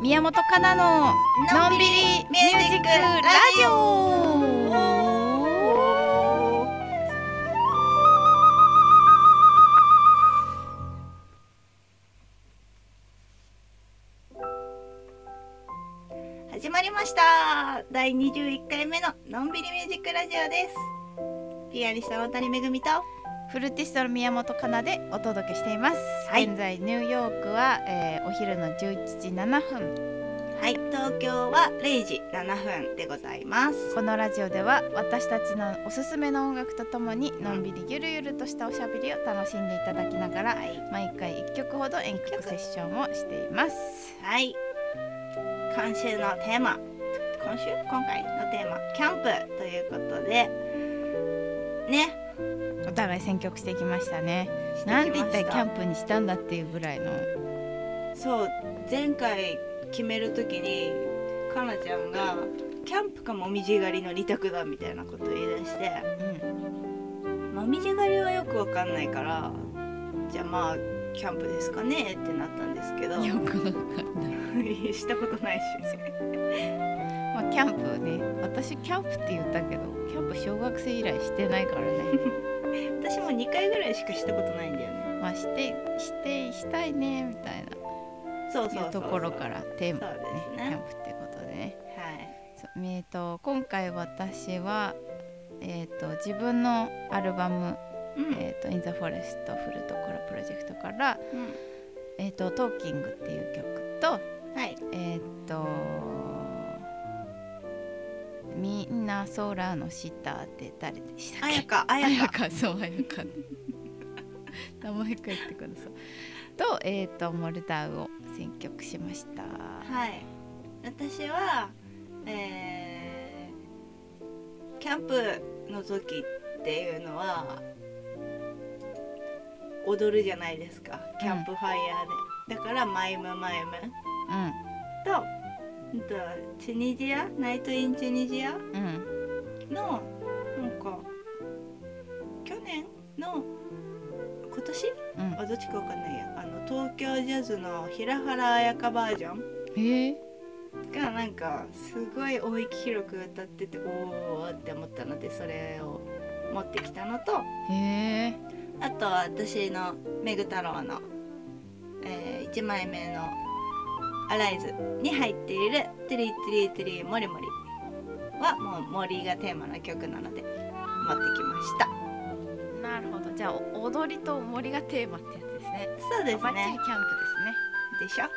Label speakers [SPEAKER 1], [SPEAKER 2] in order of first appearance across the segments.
[SPEAKER 1] 宮本かなののんびりミュージックラジオ
[SPEAKER 2] 始まりました第21回目ののんびりミュージックラジオですピアニストの大谷恵と
[SPEAKER 1] フルーティストの宮本かなでお届けしています、
[SPEAKER 2] はい
[SPEAKER 1] 現在ニューヨークは、えーお昼の11時7分
[SPEAKER 2] はい東京は0時7分でございます
[SPEAKER 1] このラジオでは私たちのおすすめの音楽とともにのんびりゆるゆるとしたおしゃべりを楽しんでいただきながら
[SPEAKER 2] はい
[SPEAKER 1] 毎回1曲ほど遠曲セッションをしています
[SPEAKER 2] はい今週のテーマ今週今回のテーマキャンプということでね
[SPEAKER 1] お互い選曲してきましたね
[SPEAKER 2] してきました
[SPEAKER 1] なんて言ったらキャンプにしたんだっていうぐらいの
[SPEAKER 2] そう前回決めるときにかなちゃんがキャンプかもみじ狩りの二択だみたいなことを言い出して
[SPEAKER 1] うん
[SPEAKER 2] もみじ狩りはよくわかんないからじゃあまあキャンプですかねってなったんですけど
[SPEAKER 1] よくわかんない、
[SPEAKER 2] したことないし
[SPEAKER 1] まあ、キャンプね私キャンプって言ったけどキャンプ小学生以来してないからね
[SPEAKER 2] 私も2回ぐらいしかしたことないんだよね
[SPEAKER 1] まあしてしてしたいねみたいな
[SPEAKER 2] そうそうそう
[SPEAKER 1] いう
[SPEAKER 2] そ
[SPEAKER 1] と
[SPEAKER 2] う
[SPEAKER 1] ころからテーマ
[SPEAKER 2] そうですね
[SPEAKER 1] ねキャンプっていうことでね
[SPEAKER 2] はい
[SPEAKER 1] そうえー、と今回私は、えー、と自分のアルバム
[SPEAKER 2] うん
[SPEAKER 1] 「えー、とイン・ザ・フォレスト・フルト・コラ・プロジェクト」から「えー、とトーキング」っていう曲と
[SPEAKER 2] うんはい
[SPEAKER 1] 「えー、とみんな空の下で誰でしたっ
[SPEAKER 2] あや
[SPEAKER 1] け?」
[SPEAKER 2] かあ
[SPEAKER 1] あ
[SPEAKER 2] や
[SPEAKER 1] や
[SPEAKER 2] か
[SPEAKER 1] かそうあやか名前書いてくださいと,、えー、とモルダウを選曲しました
[SPEAKER 2] はい私はえーキャンプの時っていうのは踊るじゃないですかキャンプファイヤーで、だからマイムマイムとうんとチュニジアナイト・イン・チュニジア
[SPEAKER 1] うんうん
[SPEAKER 2] のなんか去年の今年
[SPEAKER 1] う ん
[SPEAKER 2] あどっちかわかんないやあの東京ジャズの平原綾香バージョン
[SPEAKER 1] へえ
[SPEAKER 2] がなんかすごい大域広く歌ってておーって思ったのでそれを持ってきたのと
[SPEAKER 1] へえ
[SPEAKER 2] あとは私のメグ太郎の、え1枚目の「アライズ」に入っている「トゥリートゥリートゥリーモリモリ」はもう森がテーマの曲なので持ってきました
[SPEAKER 1] なるほどじゃあお踊りと森がテーマってやつですね
[SPEAKER 2] そうです
[SPEAKER 1] バッチリ
[SPEAKER 2] ね
[SPEAKER 1] キャンプ
[SPEAKER 2] でしょ
[SPEAKER 1] ですね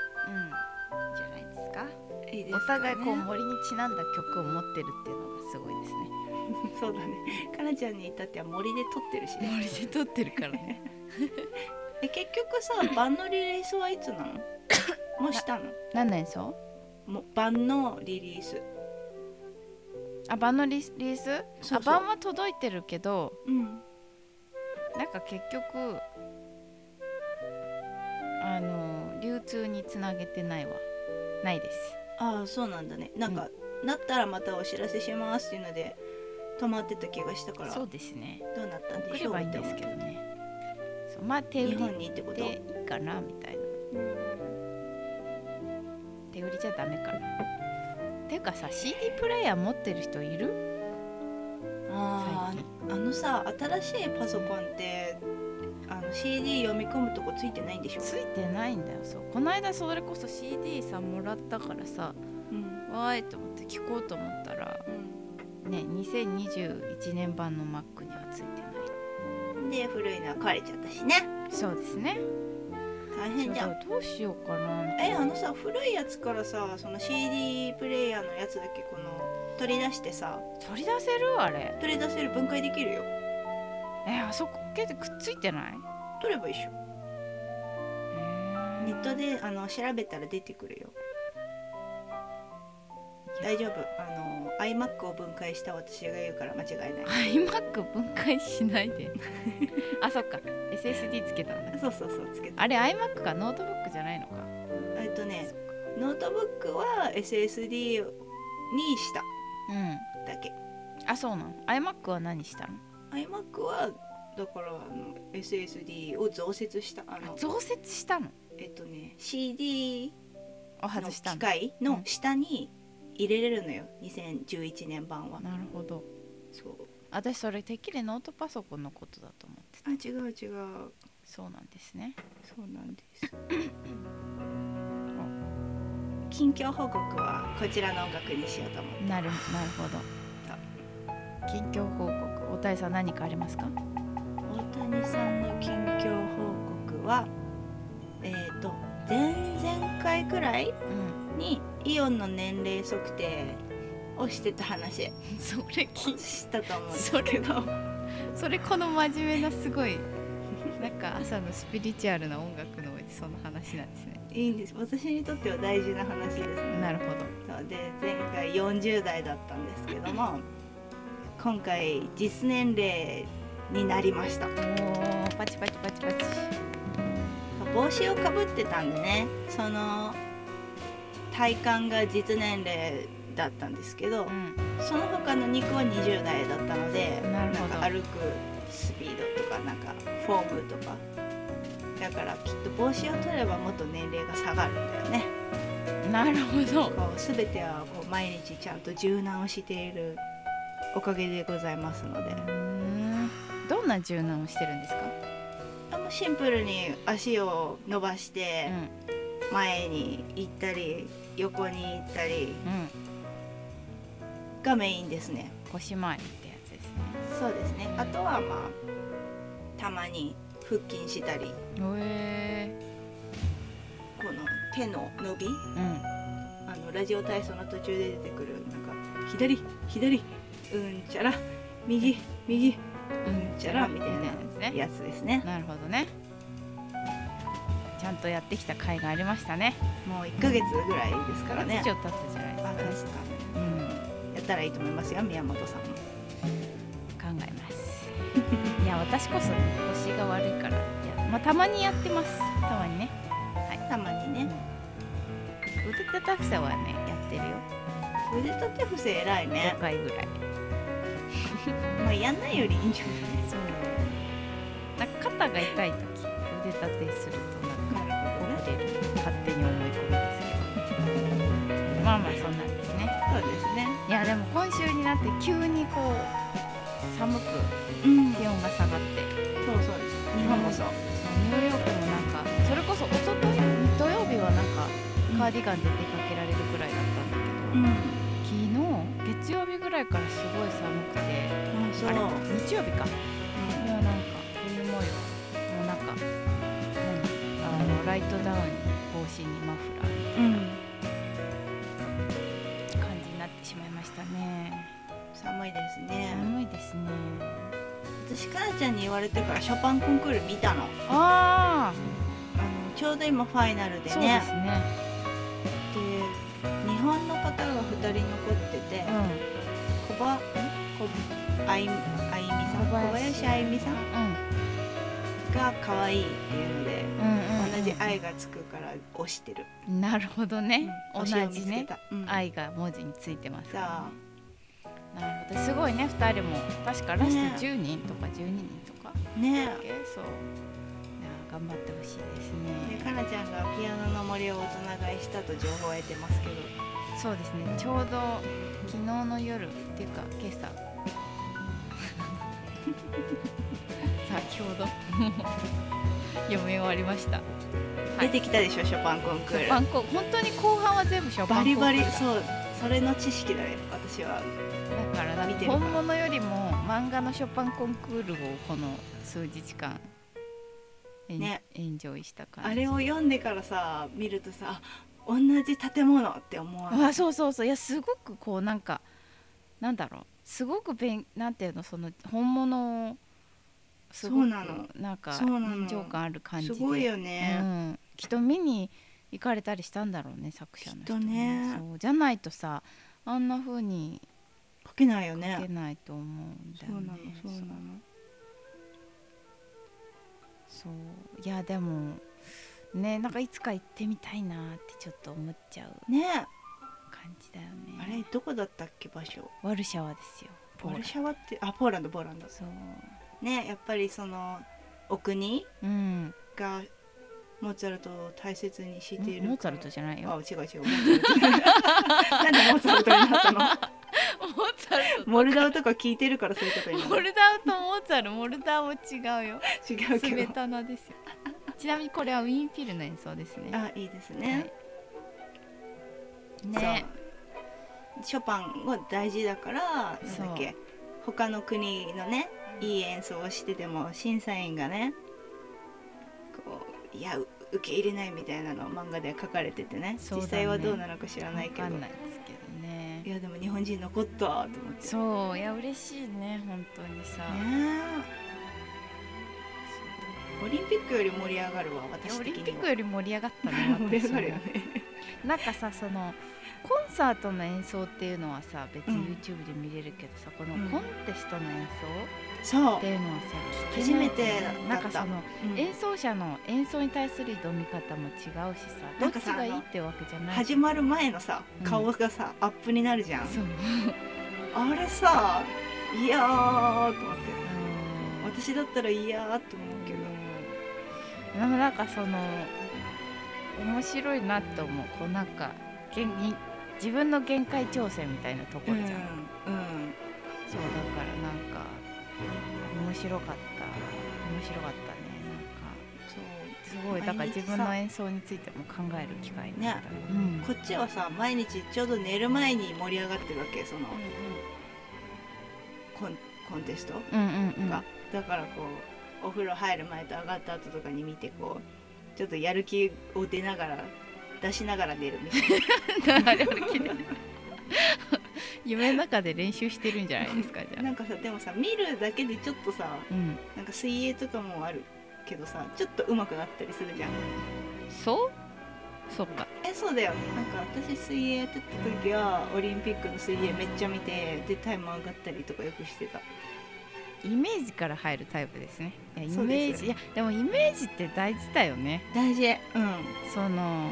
[SPEAKER 1] うんじゃないですか
[SPEAKER 2] いいです
[SPEAKER 1] お
[SPEAKER 2] か
[SPEAKER 1] 互いこう森にちなんだ曲を持ってるっていうのがすごいですね
[SPEAKER 2] うそうだねかなちゃんに至っては森で撮ってるしね
[SPEAKER 1] 森で撮ってるからね
[SPEAKER 2] え結局さバンのリリースはい つなのもうしたの
[SPEAKER 1] 何年そう
[SPEAKER 2] もう版のリリース
[SPEAKER 1] あバンのリリース
[SPEAKER 2] そうそう
[SPEAKER 1] あバンは届いてるけど
[SPEAKER 2] うん
[SPEAKER 1] なんか結局あの流通につなげてないわないです
[SPEAKER 2] ああそうなんだねなんか、なったらまたお知らせしますっていうので止まってた気がしたから
[SPEAKER 1] そうですね
[SPEAKER 2] どうなったん
[SPEAKER 1] 送
[SPEAKER 2] でし
[SPEAKER 1] れ
[SPEAKER 2] ょう
[SPEAKER 1] ばいいんですけどねそうまあ手売
[SPEAKER 2] 日
[SPEAKER 1] り
[SPEAKER 2] 本にってこと
[SPEAKER 1] でいいかなみたいな手売りじゃダメかなていうかさ CD プレイヤー持ってる人いる
[SPEAKER 2] あ
[SPEAKER 1] 最近
[SPEAKER 2] ああのさ新しいパソコンってあの CD 読み込むとこついてないんでしょ、
[SPEAKER 1] ついてないんだよそうこの間それこそ CD さもらったからさ
[SPEAKER 2] うん
[SPEAKER 1] わーいと思って聞こうと思ったらね2021年版の Mac にはついてない
[SPEAKER 2] うん、で古いのは壊れちゃったしね
[SPEAKER 1] そうですね
[SPEAKER 2] 大
[SPEAKER 1] そ
[SPEAKER 2] 変
[SPEAKER 1] う
[SPEAKER 2] じゃん
[SPEAKER 1] だからどうしようかな
[SPEAKER 2] えあのさ古いやつからさその CD プレイヤーのやつだけこの取り出してさ
[SPEAKER 1] 取り出せるあれ
[SPEAKER 2] 取り出せる分解できるよ
[SPEAKER 1] えあそこけでくっついてない
[SPEAKER 2] 取ればいいっしょネット
[SPEAKER 1] で
[SPEAKER 2] であの調べたら出てくるよ大丈夫あの iMac を分解した私が言うから間違いない
[SPEAKER 1] iMac 分解しな いであそっか SSD つけたんだ
[SPEAKER 2] そうそうそうつけて
[SPEAKER 1] あれ iMac かノートブックじゃないのか
[SPEAKER 2] えっとね
[SPEAKER 1] そっか
[SPEAKER 2] ノートブックは SSD にした
[SPEAKER 1] うん
[SPEAKER 2] だけ
[SPEAKER 1] あそうなの iMac は何したの
[SPEAKER 2] iMac はだからあの SSD を増設したあ
[SPEAKER 1] あ
[SPEAKER 2] の
[SPEAKER 1] 増設したの
[SPEAKER 2] えっとね CD
[SPEAKER 1] を
[SPEAKER 2] の
[SPEAKER 1] 外した
[SPEAKER 2] 機
[SPEAKER 1] んだ
[SPEAKER 2] 械の下に入れれるのよ2011年版は
[SPEAKER 1] なるほど
[SPEAKER 2] そう
[SPEAKER 1] 私それてっきりノートパソコンのことだと思ってた
[SPEAKER 2] あ違う違う
[SPEAKER 1] そうなんですね
[SPEAKER 2] そうなんです近況報告はこちらの音楽にしようと思って
[SPEAKER 1] なるなるほど近況報告おたいさん何かありますか
[SPEAKER 2] 大谷さんの近況報告はえっ、と前々回くらい
[SPEAKER 1] うん
[SPEAKER 2] にイオンの年齢測定をしてた話
[SPEAKER 1] それき
[SPEAKER 2] したと思うんですけど
[SPEAKER 1] それこの真面目なすごいなんか朝のスピリチュアルな音楽の上でその話なんですね
[SPEAKER 2] いいんです私にとっては大事な話ですね
[SPEAKER 1] なるほど
[SPEAKER 2] そうで前回40代だったんですけども今回実年齢になりました
[SPEAKER 1] おーパチパチパチパチ
[SPEAKER 2] 帽子をかぶってたんでねその体感が実年齢だったんですけど
[SPEAKER 1] うん
[SPEAKER 2] その他の肉は20代だったので
[SPEAKER 1] なるほど
[SPEAKER 2] んか歩くスピードとかなんかフォームとかだからきっと帽子を取ればもっと年齢が下がるんだよね
[SPEAKER 1] なるほど
[SPEAKER 2] こう全てはこう毎日ちゃんと柔軟をしているおかげでございますので
[SPEAKER 1] うーんどんな柔軟をしてるんですか、
[SPEAKER 2] あのシンプルに足を伸ばし
[SPEAKER 1] う
[SPEAKER 2] て
[SPEAKER 1] ん
[SPEAKER 2] 前に行ったり横に行ったり
[SPEAKER 1] うん
[SPEAKER 2] がメインですね
[SPEAKER 1] 腰回りってやつですね
[SPEAKER 2] そうですねあとはまあたまに腹筋したり
[SPEAKER 1] へ
[SPEAKER 2] この手の伸び
[SPEAKER 1] えうん
[SPEAKER 2] あのラジオ体操の途中で出てくるなんか左左うんちゃら右右うんちゃらみたい
[SPEAKER 1] やつ
[SPEAKER 2] な
[SPEAKER 1] ね
[SPEAKER 2] やつですね
[SPEAKER 1] なるほどねちゃんとやってきた甲斐がありましたね
[SPEAKER 2] もう1ヶ月ぐらいですからね
[SPEAKER 1] 以上経つじゃないで
[SPEAKER 2] あ確
[SPEAKER 1] す
[SPEAKER 2] か
[SPEAKER 1] か、うん、
[SPEAKER 2] やったらいいと思いますよ宮本さんも
[SPEAKER 1] 考えますいや私こそ腰が悪いからいや、まあ、たまにやってますたまにね
[SPEAKER 2] たまにね
[SPEAKER 1] 腕叩くさはねやってるよ
[SPEAKER 2] 腕立て伏せ偉いね
[SPEAKER 1] 5回ぐらい
[SPEAKER 2] まあやんないよりいいんじゃ
[SPEAKER 1] そうなんか肩が痛い時腕立てするとなん
[SPEAKER 2] ない
[SPEAKER 1] か
[SPEAKER 2] なるほどね
[SPEAKER 1] 遅れる勝手に思い込むんですけどまあまあそんなんですね
[SPEAKER 2] そうですね
[SPEAKER 1] いやでも今週になって急にこう寒く
[SPEAKER 2] うん
[SPEAKER 1] 気温が下がって
[SPEAKER 2] そうそう日本もそう
[SPEAKER 1] ニューヨークもなんかそれこそおととい土曜日はなんかカーディガンで出かけられるくらいだったんだけど、
[SPEAKER 2] うん
[SPEAKER 1] 昨日月曜日ぐらいからすごい寒くて
[SPEAKER 2] あそう
[SPEAKER 1] あれ
[SPEAKER 2] うん
[SPEAKER 1] 日曜日かもうなんか冬模様もうなんか何あのライトダウンに帽子にマフラーみ
[SPEAKER 2] うん
[SPEAKER 1] たいな感じになってしまいましたね
[SPEAKER 2] 寒いですね
[SPEAKER 1] 寒いですね
[SPEAKER 2] 私かなちゃんに言われてからショパンコンクール見たのあ
[SPEAKER 1] ああ
[SPEAKER 2] のちょうど今ファイナルで
[SPEAKER 1] そうで
[SPEAKER 2] ねで
[SPEAKER 1] すね
[SPEAKER 2] 日本の方が2人残ってて
[SPEAKER 1] うん
[SPEAKER 2] 小ばん小あいあいみさん
[SPEAKER 1] 小
[SPEAKER 2] 小
[SPEAKER 1] 林
[SPEAKER 2] 林あいみさん
[SPEAKER 1] うん
[SPEAKER 2] が可愛いっていうので
[SPEAKER 1] うんうん
[SPEAKER 2] 同じ「愛」がつくから推してる、
[SPEAKER 1] なるほどね、
[SPEAKER 2] うん推しを
[SPEAKER 1] 同
[SPEAKER 2] 見
[SPEAKER 1] じ
[SPEAKER 2] つけ
[SPEAKER 1] ね
[SPEAKER 2] た、うん、
[SPEAKER 1] 愛が文字についてますから
[SPEAKER 2] さあ
[SPEAKER 1] ね、なるほどすごいね2人も確かラス
[SPEAKER 2] ね
[SPEAKER 1] ト10人とか12人とか
[SPEAKER 2] ね
[SPEAKER 1] だっけそういや頑張ってほしいです
[SPEAKER 2] えで
[SPEAKER 1] ね
[SPEAKER 2] かなちゃんがピアノの森を大人買いしたと情報を得てますけど
[SPEAKER 1] そうですねちょうど昨日の夜っていうか今 朝先ほど 読み終わりましたはい
[SPEAKER 2] 出てきたでしょショパンコンク
[SPEAKER 1] ショパ
[SPEAKER 2] ール
[SPEAKER 1] ンコ本当に後半は全部ショ
[SPEAKER 2] バ
[SPEAKER 1] パンコン
[SPEAKER 2] リ
[SPEAKER 1] クー
[SPEAKER 2] バ
[SPEAKER 1] ル
[SPEAKER 2] リ
[SPEAKER 1] だ
[SPEAKER 2] そうそれの知識だよ私は
[SPEAKER 1] だからなん
[SPEAKER 2] 見
[SPEAKER 1] か
[SPEAKER 2] てるから
[SPEAKER 1] 本物よりも漫画のショパンコンクールをこの数日間エン,、
[SPEAKER 2] ね
[SPEAKER 1] エンジョイした感じ
[SPEAKER 2] あれを読んでからさ見るとさあ同じ建物って思わない
[SPEAKER 1] あそうそうそういやすごくこうなんかなんだろうすごくべんなんていうのその本物をすご
[SPEAKER 2] そう
[SPEAKER 1] く
[SPEAKER 2] なの
[SPEAKER 1] なんか
[SPEAKER 2] そうなの
[SPEAKER 1] 臨場感ある感じ
[SPEAKER 2] す
[SPEAKER 1] で
[SPEAKER 2] ごいよ
[SPEAKER 1] う
[SPEAKER 2] ね、
[SPEAKER 1] ん、きっと見に行かれたりしたんだろうね作者の人も
[SPEAKER 2] きっとね
[SPEAKER 1] そうじゃないとさあんな風に
[SPEAKER 2] 書けないよ
[SPEAKER 1] 書け
[SPEAKER 2] ね
[SPEAKER 1] ないと思うんだ
[SPEAKER 2] そ
[SPEAKER 1] よ
[SPEAKER 2] う
[SPEAKER 1] ね
[SPEAKER 2] なのそうなの
[SPEAKER 1] そういやでもねなんかいつか行ってみたいなってちょっと思っちゃう
[SPEAKER 2] ね
[SPEAKER 1] 感じだよ
[SPEAKER 2] あ
[SPEAKER 1] ね
[SPEAKER 2] れどこだったっけ場所
[SPEAKER 1] ワルシャワですよポー
[SPEAKER 2] ワ
[SPEAKER 1] ラン
[SPEAKER 2] ル
[SPEAKER 1] ド
[SPEAKER 2] シャワってあポーランドポーランド
[SPEAKER 1] そう
[SPEAKER 2] ねやっぱりそのお国
[SPEAKER 1] うん
[SPEAKER 2] がモーツァルトを大切にしている
[SPEAKER 1] モーツァルトじゃない
[SPEAKER 2] あ
[SPEAKER 1] よ
[SPEAKER 2] 違う違うモ ーツァルトなんでモーツァルトにな ったの
[SPEAKER 1] モーツァル
[SPEAKER 2] モルダウとか聞いてるからそういうことに
[SPEAKER 1] モ
[SPEAKER 2] なる
[SPEAKER 1] ルダウとモーツァルモルダウも違 うよ
[SPEAKER 2] 違う
[SPEAKER 1] ス
[SPEAKER 2] け
[SPEAKER 1] ベ
[SPEAKER 2] ど
[SPEAKER 1] タナですよ ちなみにこれはウィーンフィルの演奏ですね
[SPEAKER 2] あいいですね、
[SPEAKER 1] はいね
[SPEAKER 2] そうショパンは大事だからなんだっけ他の国のねいい演奏をしてても審査員がねこういやう受け入れないみたいなのを漫画で書かれててね
[SPEAKER 1] そうだね
[SPEAKER 2] 実際はどうなのか知らないけ
[SPEAKER 1] わ
[SPEAKER 2] ど
[SPEAKER 1] かんないですけどね
[SPEAKER 2] いやでも日本人残ったと思って
[SPEAKER 1] そういや嬉しいね本当にさ、
[SPEAKER 2] ねえオリンピックより盛り上がるわ
[SPEAKER 1] いや
[SPEAKER 2] 私
[SPEAKER 1] オリ
[SPEAKER 2] 的には
[SPEAKER 1] ンピックより 盛り上がったね
[SPEAKER 2] 盛り上がるよね
[SPEAKER 1] 私もなんかさそのコンサートの演奏っていうのはさ別
[SPEAKER 2] うん
[SPEAKER 1] に YouTube で見れるけどさ、こ
[SPEAKER 2] うん
[SPEAKER 1] のコンテストの演
[SPEAKER 2] そう
[SPEAKER 1] 奏っていうのはさ、聞
[SPEAKER 2] 初
[SPEAKER 1] けな
[SPEAKER 2] め
[SPEAKER 1] い
[SPEAKER 2] てだった
[SPEAKER 1] なんかその、
[SPEAKER 2] うん
[SPEAKER 1] 演奏者の演奏に対する挑み方も違うしさ
[SPEAKER 2] な
[SPEAKER 1] ど
[SPEAKER 2] ん
[SPEAKER 1] っ
[SPEAKER 2] か
[SPEAKER 1] ち
[SPEAKER 2] さ
[SPEAKER 1] がいいってわけじゃない
[SPEAKER 2] 始まる前のさ
[SPEAKER 1] うん
[SPEAKER 2] 顔がさ、アップになるじゃん
[SPEAKER 1] そう
[SPEAKER 2] あれさいやーと思って
[SPEAKER 1] うん
[SPEAKER 2] 私だったらいやーと思うけど
[SPEAKER 1] でもなんかその面白いなって思うこうなんか限自分の限界挑戦みたいなところじ
[SPEAKER 2] うん
[SPEAKER 1] ゃん、そうだからなんか面白かった面白かったねなん
[SPEAKER 2] そう
[SPEAKER 1] かすごいだから自分の演奏についても考える機会になったねうん
[SPEAKER 2] こっちはさ毎日ちょうど寝る前に盛り上がってるわけそのコンコンテスト
[SPEAKER 1] うんうんうん
[SPEAKER 2] が、だからこうお風呂入る前と上がった後とかに見てこうちょっとやる気を出ながら出しながら寝るみたい
[SPEAKER 1] 流れ歩きで 夢の中で練習してるんじゃないですかじ
[SPEAKER 2] な
[SPEAKER 1] ゃあ
[SPEAKER 2] なんかさでもさ見るだけでちょっとさ
[SPEAKER 1] うん
[SPEAKER 2] なんか水泳とかもあるけどさちょっと上手くなったりするじゃん
[SPEAKER 1] そうそっか
[SPEAKER 2] えそうだよなんか私水泳やってた時はオリンピックの水泳めっちゃ見てでタイム上がったりとかよくしてた
[SPEAKER 1] イメージから入るタイプですねいやイ
[SPEAKER 2] そう
[SPEAKER 1] メ
[SPEAKER 2] で
[SPEAKER 1] ー
[SPEAKER 2] す
[SPEAKER 1] ジいやでもイメージって大事だよね
[SPEAKER 2] 大事うん
[SPEAKER 1] その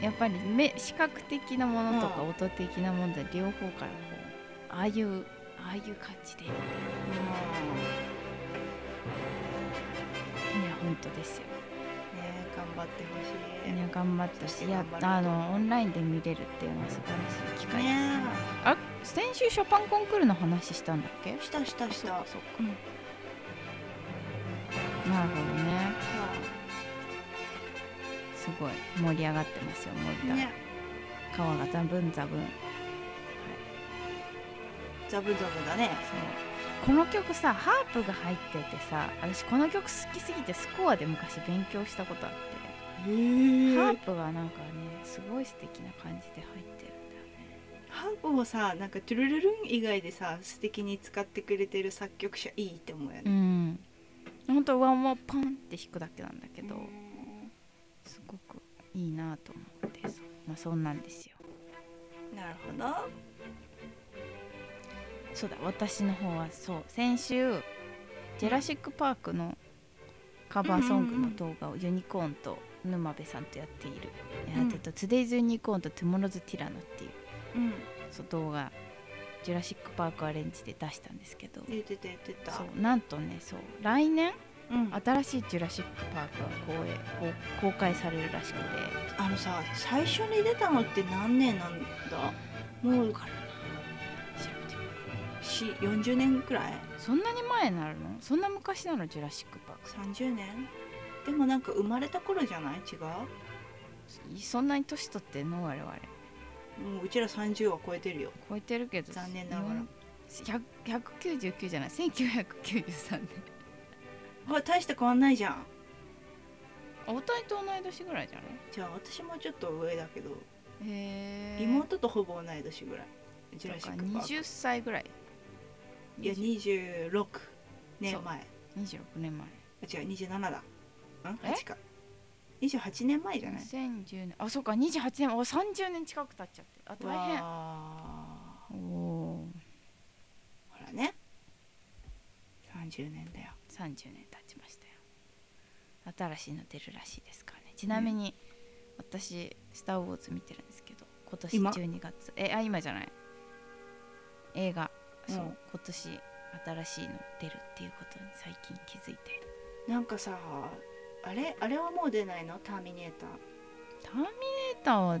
[SPEAKER 1] やっぱり目視覚的なものとか
[SPEAKER 2] うん
[SPEAKER 1] 音的なもので両方からこうああいうああいう感じでいや
[SPEAKER 2] ね
[SPEAKER 1] 本当ですよ、
[SPEAKER 2] 頑張ってほしい
[SPEAKER 1] いや頑張ったしいや
[SPEAKER 2] 頑張る
[SPEAKER 1] あのオンラインで見れるっていうのは素晴らしい機会ですね
[SPEAKER 2] ね
[SPEAKER 1] あ先週ショパンコンクールの話したんだっけ
[SPEAKER 2] したしたし
[SPEAKER 1] そう
[SPEAKER 2] た
[SPEAKER 1] かそうか、
[SPEAKER 2] うん
[SPEAKER 1] なるほどね
[SPEAKER 2] う
[SPEAKER 1] すごい盛り上がってますよ
[SPEAKER 2] ん
[SPEAKER 1] 森田、
[SPEAKER 2] ね
[SPEAKER 1] 川がザブンザブン
[SPEAKER 2] ザブザブだね
[SPEAKER 1] そうこの曲さハープが入っててさ私この曲好きすぎてスコアで昔勉強したことあっ
[SPEAKER 2] へ
[SPEAKER 1] て
[SPEAKER 2] ー
[SPEAKER 1] ハープがなんかねすごい素敵な感じで入ってるんだよね
[SPEAKER 2] ハープをさなんかトゥルルルン以外でさ素敵に使ってくれてる作曲者いいって思うよ
[SPEAKER 1] う
[SPEAKER 2] ね
[SPEAKER 1] んほんとワンワンポンって弾くだけなんだけどすごくいいなと思ってそうまあそんなんですよ
[SPEAKER 2] なるほどは
[SPEAKER 1] そうだ私の方はそう先週「ジェラシック・パーク」のカバーソングの動画をユニコーンと沼部さんとやっている「
[SPEAKER 2] うん
[SPEAKER 1] えっと Today's ユニコーンと Tomorrow's ティラノ」っていう
[SPEAKER 2] うん
[SPEAKER 1] そう動画「ジュラシック・パーク」アレンジで出したんですけど
[SPEAKER 2] 言ってた言ってた
[SPEAKER 1] そうなんとねそう来年
[SPEAKER 2] うん
[SPEAKER 1] 新しい「ジュラシック・パーク」が公演公公開されるらしくて
[SPEAKER 2] あのさ最初に出たのって何年なんだもう
[SPEAKER 1] わかるな調べてみよ
[SPEAKER 2] し40年くらいう
[SPEAKER 1] そんなに前になるのそんな昔なの「ジュラシック・パーク
[SPEAKER 2] 30年でもなんか生まれた頃じゃない違う」
[SPEAKER 1] そんなに年取ってんの我々
[SPEAKER 2] もううちら30は超えてるよ
[SPEAKER 1] 超えてるけど
[SPEAKER 2] 残念ながら
[SPEAKER 1] 100 199じゃない1993年
[SPEAKER 2] ほら大して変わんないじゃん
[SPEAKER 1] あ大谷と同い年ぐらいじゃない
[SPEAKER 2] じゃあ私もちょっと上だけど、
[SPEAKER 1] へえ
[SPEAKER 2] 妹とほぼ同い年ぐらいジュラシックパーク
[SPEAKER 1] 20歳ぐらい
[SPEAKER 2] いや
[SPEAKER 1] 20
[SPEAKER 2] 26年前
[SPEAKER 1] 26年前
[SPEAKER 2] あ違う27だうん
[SPEAKER 1] え
[SPEAKER 2] 8か28年前じゃない
[SPEAKER 1] 2010年あそうか28年お30年近く経っちゃってあ大変
[SPEAKER 2] わ
[SPEAKER 1] おお
[SPEAKER 2] ーほらね30年だよ
[SPEAKER 1] ー30年経ちましたよ新しいの出るらしいですからねちなみに、私「スター・ウォーズ」見てるんですけど今年
[SPEAKER 2] 今
[SPEAKER 1] 12月えあ今じゃない映画そう、
[SPEAKER 2] うん
[SPEAKER 1] 今年新しいの出るっていうことに最近気づいて
[SPEAKER 2] なんかさあれあれはもう出ないのターミネーター
[SPEAKER 1] ターミネーターは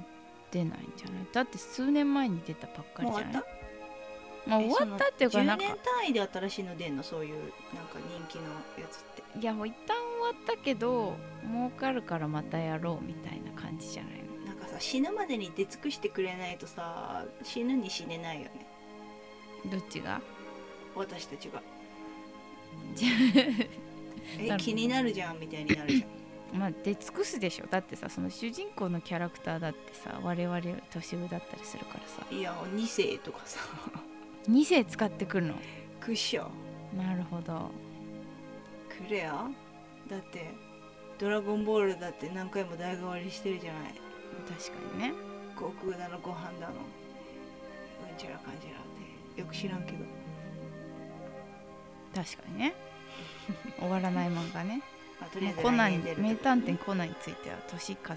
[SPEAKER 1] 出ないんじゃないだって数年前に出たばっかり
[SPEAKER 2] もう
[SPEAKER 1] じ
[SPEAKER 2] 終わ
[SPEAKER 1] ゃな
[SPEAKER 2] っ
[SPEAKER 1] い
[SPEAKER 2] た
[SPEAKER 1] まあ、
[SPEAKER 2] え
[SPEAKER 1] 終わったっていう
[SPEAKER 2] そ
[SPEAKER 1] か
[SPEAKER 2] の
[SPEAKER 1] な
[SPEAKER 2] 10
[SPEAKER 1] んか
[SPEAKER 2] 年単位で新しいの出んのそういうなんか人気のやつって
[SPEAKER 1] いやもう一旦終わったけど儲かるからまたやろうみたいな感じじゃないの
[SPEAKER 2] なんかさ死ぬまでに出尽くしてくれないとさ死ぬに死ねないよね
[SPEAKER 1] どっちが
[SPEAKER 2] 私たちが
[SPEAKER 1] じゃ
[SPEAKER 2] え
[SPEAKER 1] なる
[SPEAKER 2] 気になるじゃんみたいになるじゃん
[SPEAKER 1] あまあ出尽くすでしょだってさその主人公のキャラクターだってさ我々より年上だったりするからさ
[SPEAKER 2] いや2世とかさ
[SPEAKER 1] 2世使ってくるの
[SPEAKER 2] クッション
[SPEAKER 1] なるほど
[SPEAKER 2] くれよだってドラゴンボールだって何回も代替わりしてるじゃない
[SPEAKER 1] 確かにね
[SPEAKER 2] 悟空だのご飯だのうんちゃらかんちゃらってよく知らんけど
[SPEAKER 1] 確かにね 終わらない漫画ね
[SPEAKER 2] まあとりあ
[SPEAKER 1] もう
[SPEAKER 2] えず
[SPEAKER 1] コナ
[SPEAKER 2] 来
[SPEAKER 1] ン
[SPEAKER 2] 年出る
[SPEAKER 1] 名探偵コナンについては年か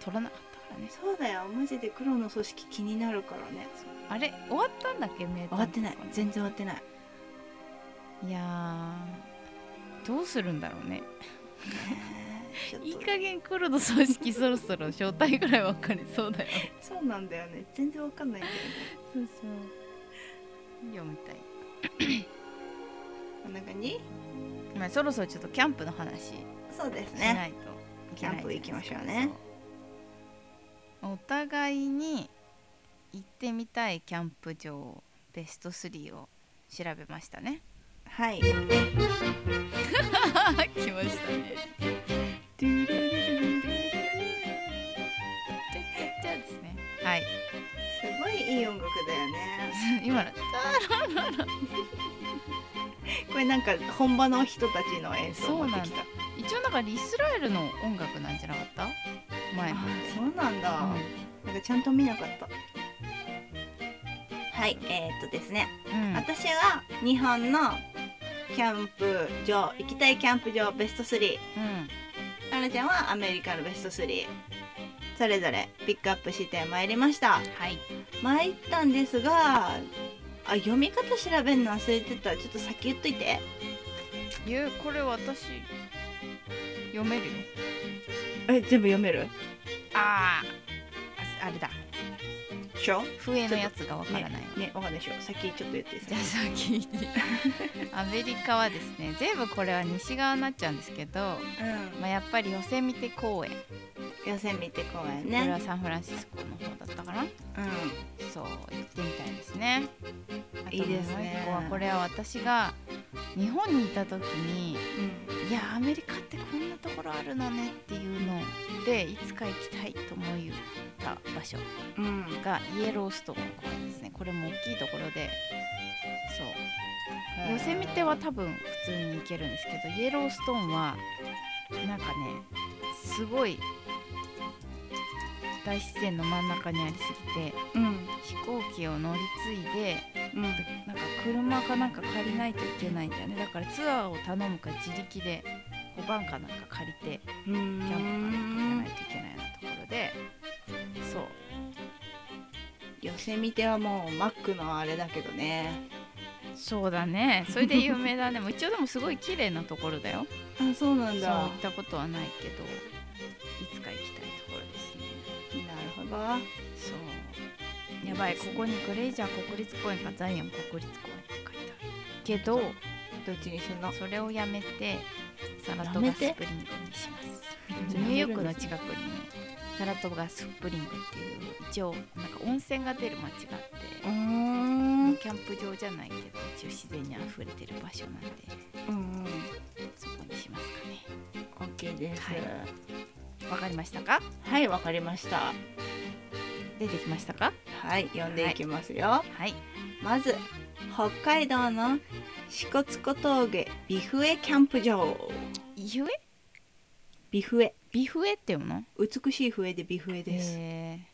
[SPEAKER 1] 取らなかったからね
[SPEAKER 2] そうだよマジで黒の組織気になるからね
[SPEAKER 1] あれ終わったんだっけ名探偵
[SPEAKER 2] 終わってない
[SPEAKER 1] コナン
[SPEAKER 2] 全然終わってない
[SPEAKER 1] いやーどうするんだろうね
[SPEAKER 2] ちょっと
[SPEAKER 1] いい加減黒の組織そろそろ正体ぐらい分かりそうだよ
[SPEAKER 2] そうなんだよね全然わかんないんだよね
[SPEAKER 1] そうそう読みたい
[SPEAKER 2] こんな感じ
[SPEAKER 1] まあそろそろちょっとキャンプの話し
[SPEAKER 2] そうです
[SPEAKER 1] な
[SPEAKER 2] ね
[SPEAKER 1] いといけない
[SPEAKER 2] キ
[SPEAKER 1] じゃないですか
[SPEAKER 2] ャンプ行きましょうね
[SPEAKER 1] そうお互いに行ってみたいキャンプ場ベスト3を調べましたね
[SPEAKER 2] はい
[SPEAKER 1] 来ましたねちゃちゃちゃですねはい
[SPEAKER 2] すごいいい音楽だよね
[SPEAKER 1] 今の
[SPEAKER 2] これなんか本場の人たちの演奏
[SPEAKER 1] そう
[SPEAKER 2] 持
[SPEAKER 1] な
[SPEAKER 2] っ
[SPEAKER 1] ん
[SPEAKER 2] てき
[SPEAKER 1] だ
[SPEAKER 2] た
[SPEAKER 1] 一応なんかイスラエルの音楽なんじゃなかった前ま
[SPEAKER 2] あ
[SPEAKER 1] で
[SPEAKER 2] そうなんだ、なんかちゃんと見なかったはいえー、っとですね、
[SPEAKER 1] うんうん
[SPEAKER 2] 私は日本のキャンプ場行きたいキャンプ場ベスト3かなちゃんはアメリカのベスト3それぞれピックアップしてまいりました
[SPEAKER 1] はい
[SPEAKER 2] 参ったんですがあ読み方調べるの忘れてたちょっと先言っといて
[SPEAKER 1] いやこれ私読めるよ
[SPEAKER 2] え全部読める
[SPEAKER 1] あああれだ
[SPEAKER 2] でしょ
[SPEAKER 1] 笛のやつがわからないわ、
[SPEAKER 2] ねわかんないでしょ先ちょっと言って
[SPEAKER 1] じゃあ先 にアメリカはですね全部これは西側になっちゃうんですけど、まあ、やっぱりヨセミテ公園、
[SPEAKER 2] うん予選見て公園
[SPEAKER 1] これ
[SPEAKER 2] ね
[SPEAKER 1] はサンフランシスコの方だったかな
[SPEAKER 2] う
[SPEAKER 1] そう行ってみたいですね。あと
[SPEAKER 2] いいですね
[SPEAKER 1] もう一個はこれは私が日本にいた時に
[SPEAKER 2] ん、うん、
[SPEAKER 1] いやアメリカってこんなところあるのねっていうのでいつか行きたいと思った場所
[SPEAKER 2] うん、
[SPEAKER 1] がイエローストーン公園ですねこれも大きいところでそうヨセミテは多分普通に行けるんですけどイエローストーンはなんかねすごい大自然の真ん中にありすぎて
[SPEAKER 2] うん
[SPEAKER 1] 飛行機を乗り継いで
[SPEAKER 2] うん
[SPEAKER 1] なんか車かなんか借りないといけないんだよねだからツアーを頼むか自力で5番かなんか借りて
[SPEAKER 2] うん
[SPEAKER 1] キャンプかなんか行かないといけないようなところでそう
[SPEAKER 2] 寄せ見てはもうマックのあれだけどね
[SPEAKER 1] そうだねそれで有名だねもう一応でもすごい綺麗なところだよ
[SPEAKER 2] あそうな
[SPEAKER 1] そ
[SPEAKER 2] ん
[SPEAKER 1] う行
[SPEAKER 2] だ
[SPEAKER 1] ったことはないけどいつか行きたいところですね
[SPEAKER 2] なるほど
[SPEAKER 1] そうやばいここにグレイジャー国立公園かザイオン国立公園って書いてあるけど
[SPEAKER 2] どっちにするの
[SPEAKER 1] それをやめてサラ
[SPEAKER 2] や
[SPEAKER 1] トガ
[SPEAKER 2] め
[SPEAKER 1] ス
[SPEAKER 2] て
[SPEAKER 1] プリングにしますニューヨークの近くにねサラトガスプリングっていう一応なんか温泉が出る町があって
[SPEAKER 2] うーんうん
[SPEAKER 1] キャンプ場じゃないけど一応自然に溢れてる場所なんで
[SPEAKER 2] うん
[SPEAKER 1] そこにしますかね
[SPEAKER 2] OK です
[SPEAKER 1] はいわかりましたか
[SPEAKER 2] はいわ、かりました
[SPEAKER 1] 出てきましたか
[SPEAKER 2] はい読んでいきますよ、
[SPEAKER 1] はい
[SPEAKER 2] まず北海道の支笏湖峠ビフエキャンプ場
[SPEAKER 1] ビフエ
[SPEAKER 2] ビフエ
[SPEAKER 1] ビフエって読むの
[SPEAKER 2] 美しい笛でビフエです、
[SPEAKER 1] えー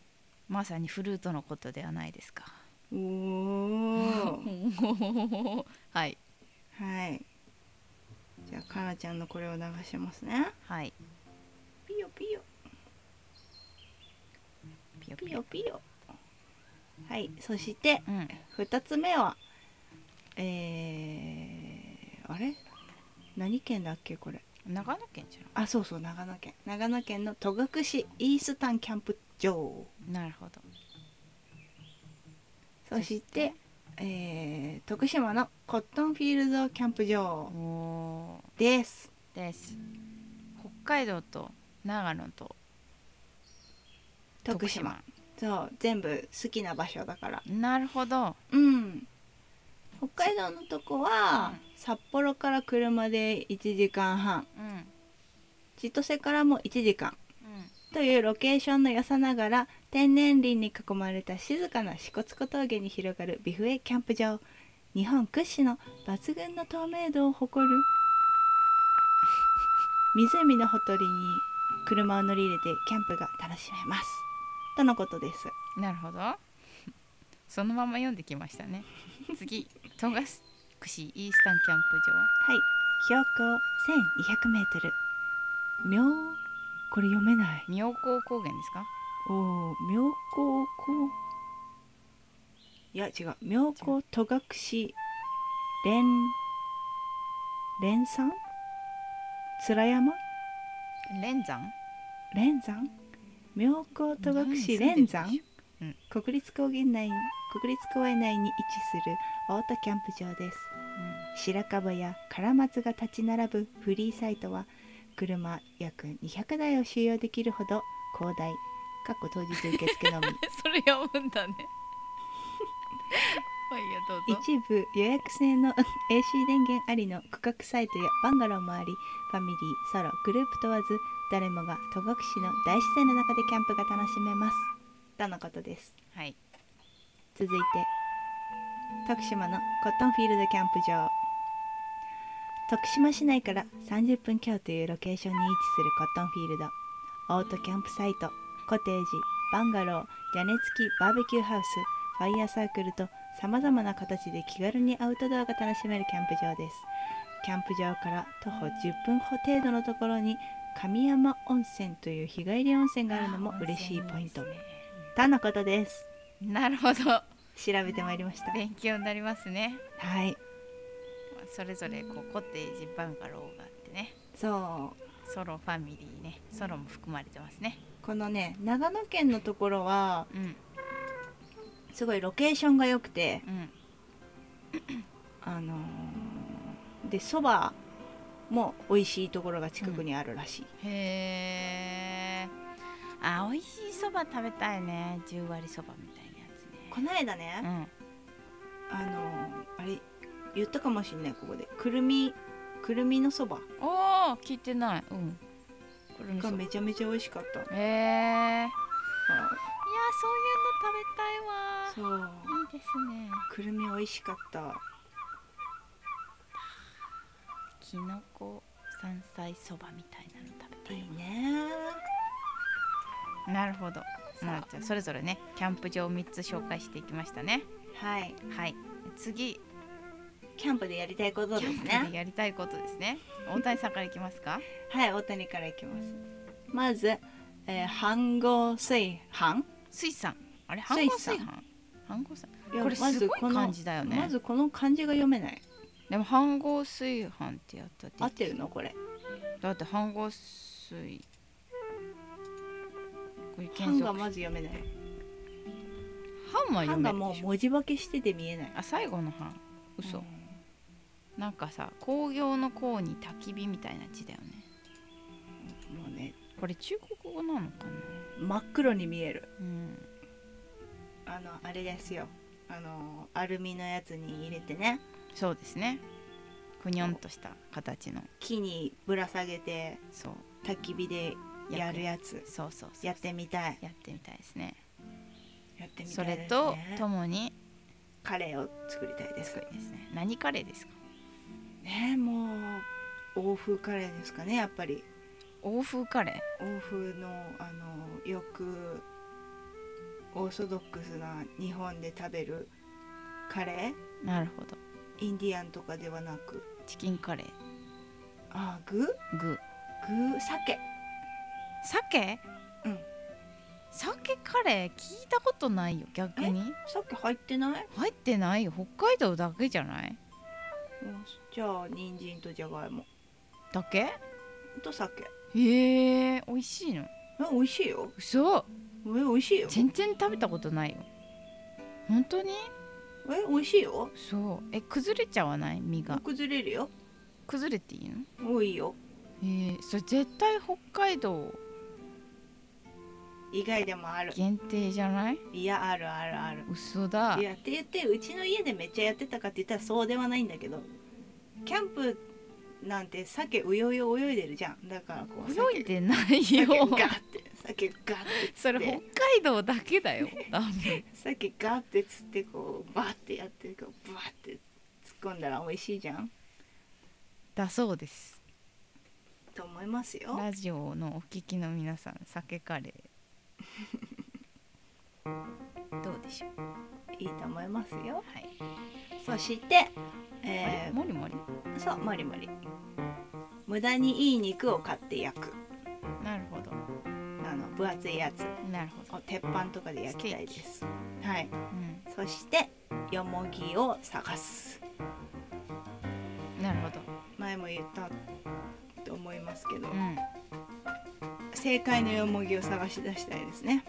[SPEAKER 1] まさにフルートのことではないですか
[SPEAKER 2] おー
[SPEAKER 1] はい
[SPEAKER 2] はいじゃあかなちゃんのこれを流しますね
[SPEAKER 1] はい
[SPEAKER 2] ピヨピヨ
[SPEAKER 1] ピヨ
[SPEAKER 2] ピ
[SPEAKER 1] ピ
[SPEAKER 2] ヨ
[SPEAKER 1] ヨ
[SPEAKER 2] ピヨはいそして
[SPEAKER 1] うん
[SPEAKER 2] 2つ目はえー、あれ何県だっけこれ
[SPEAKER 1] 長野県じゃ
[SPEAKER 2] あそうそう長野県長野県の戸隠市イースタンキャンプ場
[SPEAKER 1] んなるほど
[SPEAKER 2] そして、えー徳島のコットンフィールドキャンプ場
[SPEAKER 1] お
[SPEAKER 2] です
[SPEAKER 1] ーです北海道と長野と
[SPEAKER 2] 徳島そう全部好きな場所だから
[SPEAKER 1] 徳島なるほど
[SPEAKER 2] うん北海道のとこは、札幌から車で1時間半
[SPEAKER 1] うんうん
[SPEAKER 2] 千歳からも1時間というロケーションの良さながら天然林に囲まれた静かな支笏湖峠に広がる美笛キャンプ場日本屈指の抜群の透明度を誇る湖のほとりに車を乗り入れてキャンプが楽しめますとのことです
[SPEAKER 1] なるほど そのまま読んできました ね次戸隠市イースタンキャンプ
[SPEAKER 2] はい標高 1200m 妙これ読めない
[SPEAKER 1] 場妙高高原ですか
[SPEAKER 2] おお妙高高いや違う妙高戸隠連連山連山
[SPEAKER 1] 連山
[SPEAKER 2] 連山妙高戸隠連山国立公園内国立公園内に位置する太田キャンプ場です白樺や唐松が立ち並ぶフリーサイトは車約200台を収容できるほど広大かっこ当日受付のみ
[SPEAKER 1] それ読むんだね はいいやどうぞ
[SPEAKER 2] 一部予約制の AC 電源ありの区画サイトやバンガローもありファミリーソログループ問わず誰もが戸隠市の大自然の中でキャンプが楽しめますとのことです
[SPEAKER 1] はい
[SPEAKER 2] 続いて徳島のコットンフィールドキャンプ場徳島市内から30分強というロケーションに位置するコットンフィールドオートキャンプサイトコテージバンガロー屋根付きバーベキューハウスファイヤーサークルとさまざまな形で気軽にアウトドアが楽しめるキャンプ場ですキャンプ場から徒歩10分ほ程度のところに神山温泉という日帰り温泉があるのも嬉しいポイントとのことです
[SPEAKER 1] なるほど
[SPEAKER 2] 調べてまいりました
[SPEAKER 1] 勉強になりますね
[SPEAKER 2] はい
[SPEAKER 1] それぞれこうコテージバンガローがあってね
[SPEAKER 2] そう
[SPEAKER 1] ソロファミリーねソロも含まれてますね
[SPEAKER 2] このね長野県のところは
[SPEAKER 1] うん
[SPEAKER 2] すごいロケーションが良くて
[SPEAKER 1] うん
[SPEAKER 2] あのーでそばも美味しいところが近くにあるらしい、
[SPEAKER 1] へえあ美味しいそば食べたいね十割そばみたいなやつね
[SPEAKER 2] この間ね、
[SPEAKER 1] う
[SPEAKER 2] あのーあれ言ったかもしんないここでくるみくるみのそば
[SPEAKER 1] んおお聞いてないうんこれのそ
[SPEAKER 2] が
[SPEAKER 1] ばへ
[SPEAKER 2] めちゃめちゃ美味しかった
[SPEAKER 1] えい
[SPEAKER 2] あ
[SPEAKER 1] やそういうの食べたい
[SPEAKER 2] そ
[SPEAKER 1] わ
[SPEAKER 2] う
[SPEAKER 1] いいですね
[SPEAKER 2] くるみ美味しかった
[SPEAKER 1] きのこ山菜そばみたいなの食べた
[SPEAKER 2] い
[SPEAKER 1] い
[SPEAKER 2] いね
[SPEAKER 1] わなるほどま
[SPEAKER 2] さ
[SPEAKER 1] あじゃあそれぞれねキャンプ場を3つ紹介していきましたね
[SPEAKER 2] あはい
[SPEAKER 1] はい次
[SPEAKER 2] キャンプでやりたいこと
[SPEAKER 1] キ
[SPEAKER 2] です
[SPEAKER 1] ャンプ
[SPEAKER 2] ね
[SPEAKER 1] でやりたいことですね大谷さんからいきますか
[SPEAKER 2] はい、大谷からいきます。まず、えー、飯合炊飯
[SPEAKER 1] 水産あれ半合
[SPEAKER 2] 水
[SPEAKER 1] 水
[SPEAKER 2] 産
[SPEAKER 1] 産半合水
[SPEAKER 2] いや
[SPEAKER 1] これ
[SPEAKER 2] ますず
[SPEAKER 1] ごい
[SPEAKER 2] この
[SPEAKER 1] 漢字だよね、
[SPEAKER 2] まずこの漢字が読めない。
[SPEAKER 1] でも半合炊飯ってやった
[SPEAKER 2] 合ってるのこれ。
[SPEAKER 1] だって半合水これ検
[SPEAKER 2] 飯が
[SPEAKER 1] 索
[SPEAKER 2] まず読めない。
[SPEAKER 1] 半は読
[SPEAKER 2] 飯
[SPEAKER 1] め
[SPEAKER 2] が
[SPEAKER 1] る
[SPEAKER 2] も
[SPEAKER 1] で
[SPEAKER 2] う
[SPEAKER 1] しょ
[SPEAKER 2] 文字化けしてて見えない。
[SPEAKER 1] あ最後の半嘘、
[SPEAKER 2] うん
[SPEAKER 1] なんかさ工業の工に焚き火みたいな字だよね
[SPEAKER 2] もうね、
[SPEAKER 1] これ中国語なのかな
[SPEAKER 2] 真っ黒に見える。
[SPEAKER 1] うん
[SPEAKER 2] あの、あれですよ。あの、アルミのやつに入れてね、
[SPEAKER 1] そうですねくにょんとした形の
[SPEAKER 2] 木にぶら下げて、
[SPEAKER 1] そう
[SPEAKER 2] 焚き火でやるやつ。
[SPEAKER 1] そうそうそう
[SPEAKER 2] やってみたい。
[SPEAKER 1] やってみたいですね
[SPEAKER 2] やってみた
[SPEAKER 1] そ
[SPEAKER 2] いです、
[SPEAKER 1] れ
[SPEAKER 2] ね。
[SPEAKER 1] とともに
[SPEAKER 2] カレーを作りたいです
[SPEAKER 1] 作。りですね何カレーですか
[SPEAKER 2] ねもう欧風カレーですかねやっぱり
[SPEAKER 1] 欧風カレ
[SPEAKER 2] 欧風のあのよくオーソドックスな日本で食べるカレ
[SPEAKER 1] ーなるほど
[SPEAKER 2] ーインディアンとかではなく
[SPEAKER 1] チキンカレ
[SPEAKER 2] あー具具
[SPEAKER 1] ー具
[SPEAKER 2] 鮭
[SPEAKER 1] 鮭
[SPEAKER 2] うん
[SPEAKER 1] 鮭カレー聞いたことないよ逆に
[SPEAKER 2] 鮭入ってない
[SPEAKER 1] 入ってないよ北海道だけじゃない
[SPEAKER 2] うんじゃあ人参とじゃがいも
[SPEAKER 1] だけ
[SPEAKER 2] と酒え
[SPEAKER 1] へえ美味しいの
[SPEAKER 2] 美味しいよ
[SPEAKER 1] 嘘
[SPEAKER 2] え美味しいよ
[SPEAKER 1] 全然食べたことないよ本当に
[SPEAKER 2] え美味しいよ
[SPEAKER 1] そうえ崩れちゃわない身が
[SPEAKER 2] 崩れるよ
[SPEAKER 1] 崩れていいの
[SPEAKER 2] 多いよ
[SPEAKER 1] えー、それ絶対北海道
[SPEAKER 2] 以外でもある
[SPEAKER 1] 限定じゃない
[SPEAKER 2] いやあるあるある
[SPEAKER 1] 嘘だ
[SPEAKER 2] いやって言ってうちの家でめっちゃやってたかって言ったらそうではないんだけどキャンプなんて鮭うようよ泳いでるじゃんだからこう
[SPEAKER 1] 泳いでない
[SPEAKER 2] 鮭鮭
[SPEAKER 1] よ
[SPEAKER 2] ガッて鮭ガッて
[SPEAKER 1] それ北海道だけだよ多分
[SPEAKER 2] 鮭ガッて釣ってこうバッてやってこうバッて突っ込んだら美味しいじゃん
[SPEAKER 1] だそうです
[SPEAKER 2] と思いますよ
[SPEAKER 1] ラジオのお聞きの皆さん酒カレーどうでしょう
[SPEAKER 2] いいと思いますよ
[SPEAKER 1] はい
[SPEAKER 2] そして
[SPEAKER 1] あれ
[SPEAKER 2] え
[SPEAKER 1] もりもり
[SPEAKER 2] ー、そうもりもり無駄にいい肉を買って焼く
[SPEAKER 1] なるほど
[SPEAKER 2] あの分厚いやつ
[SPEAKER 1] なるほど
[SPEAKER 2] を鉄板とかで焼きたいですはい
[SPEAKER 1] うん
[SPEAKER 2] そしてよもぎを探す
[SPEAKER 1] なるほど
[SPEAKER 2] 前も言ったと思いますけど
[SPEAKER 1] う
[SPEAKER 2] 正解のよもぎを探し出したいですね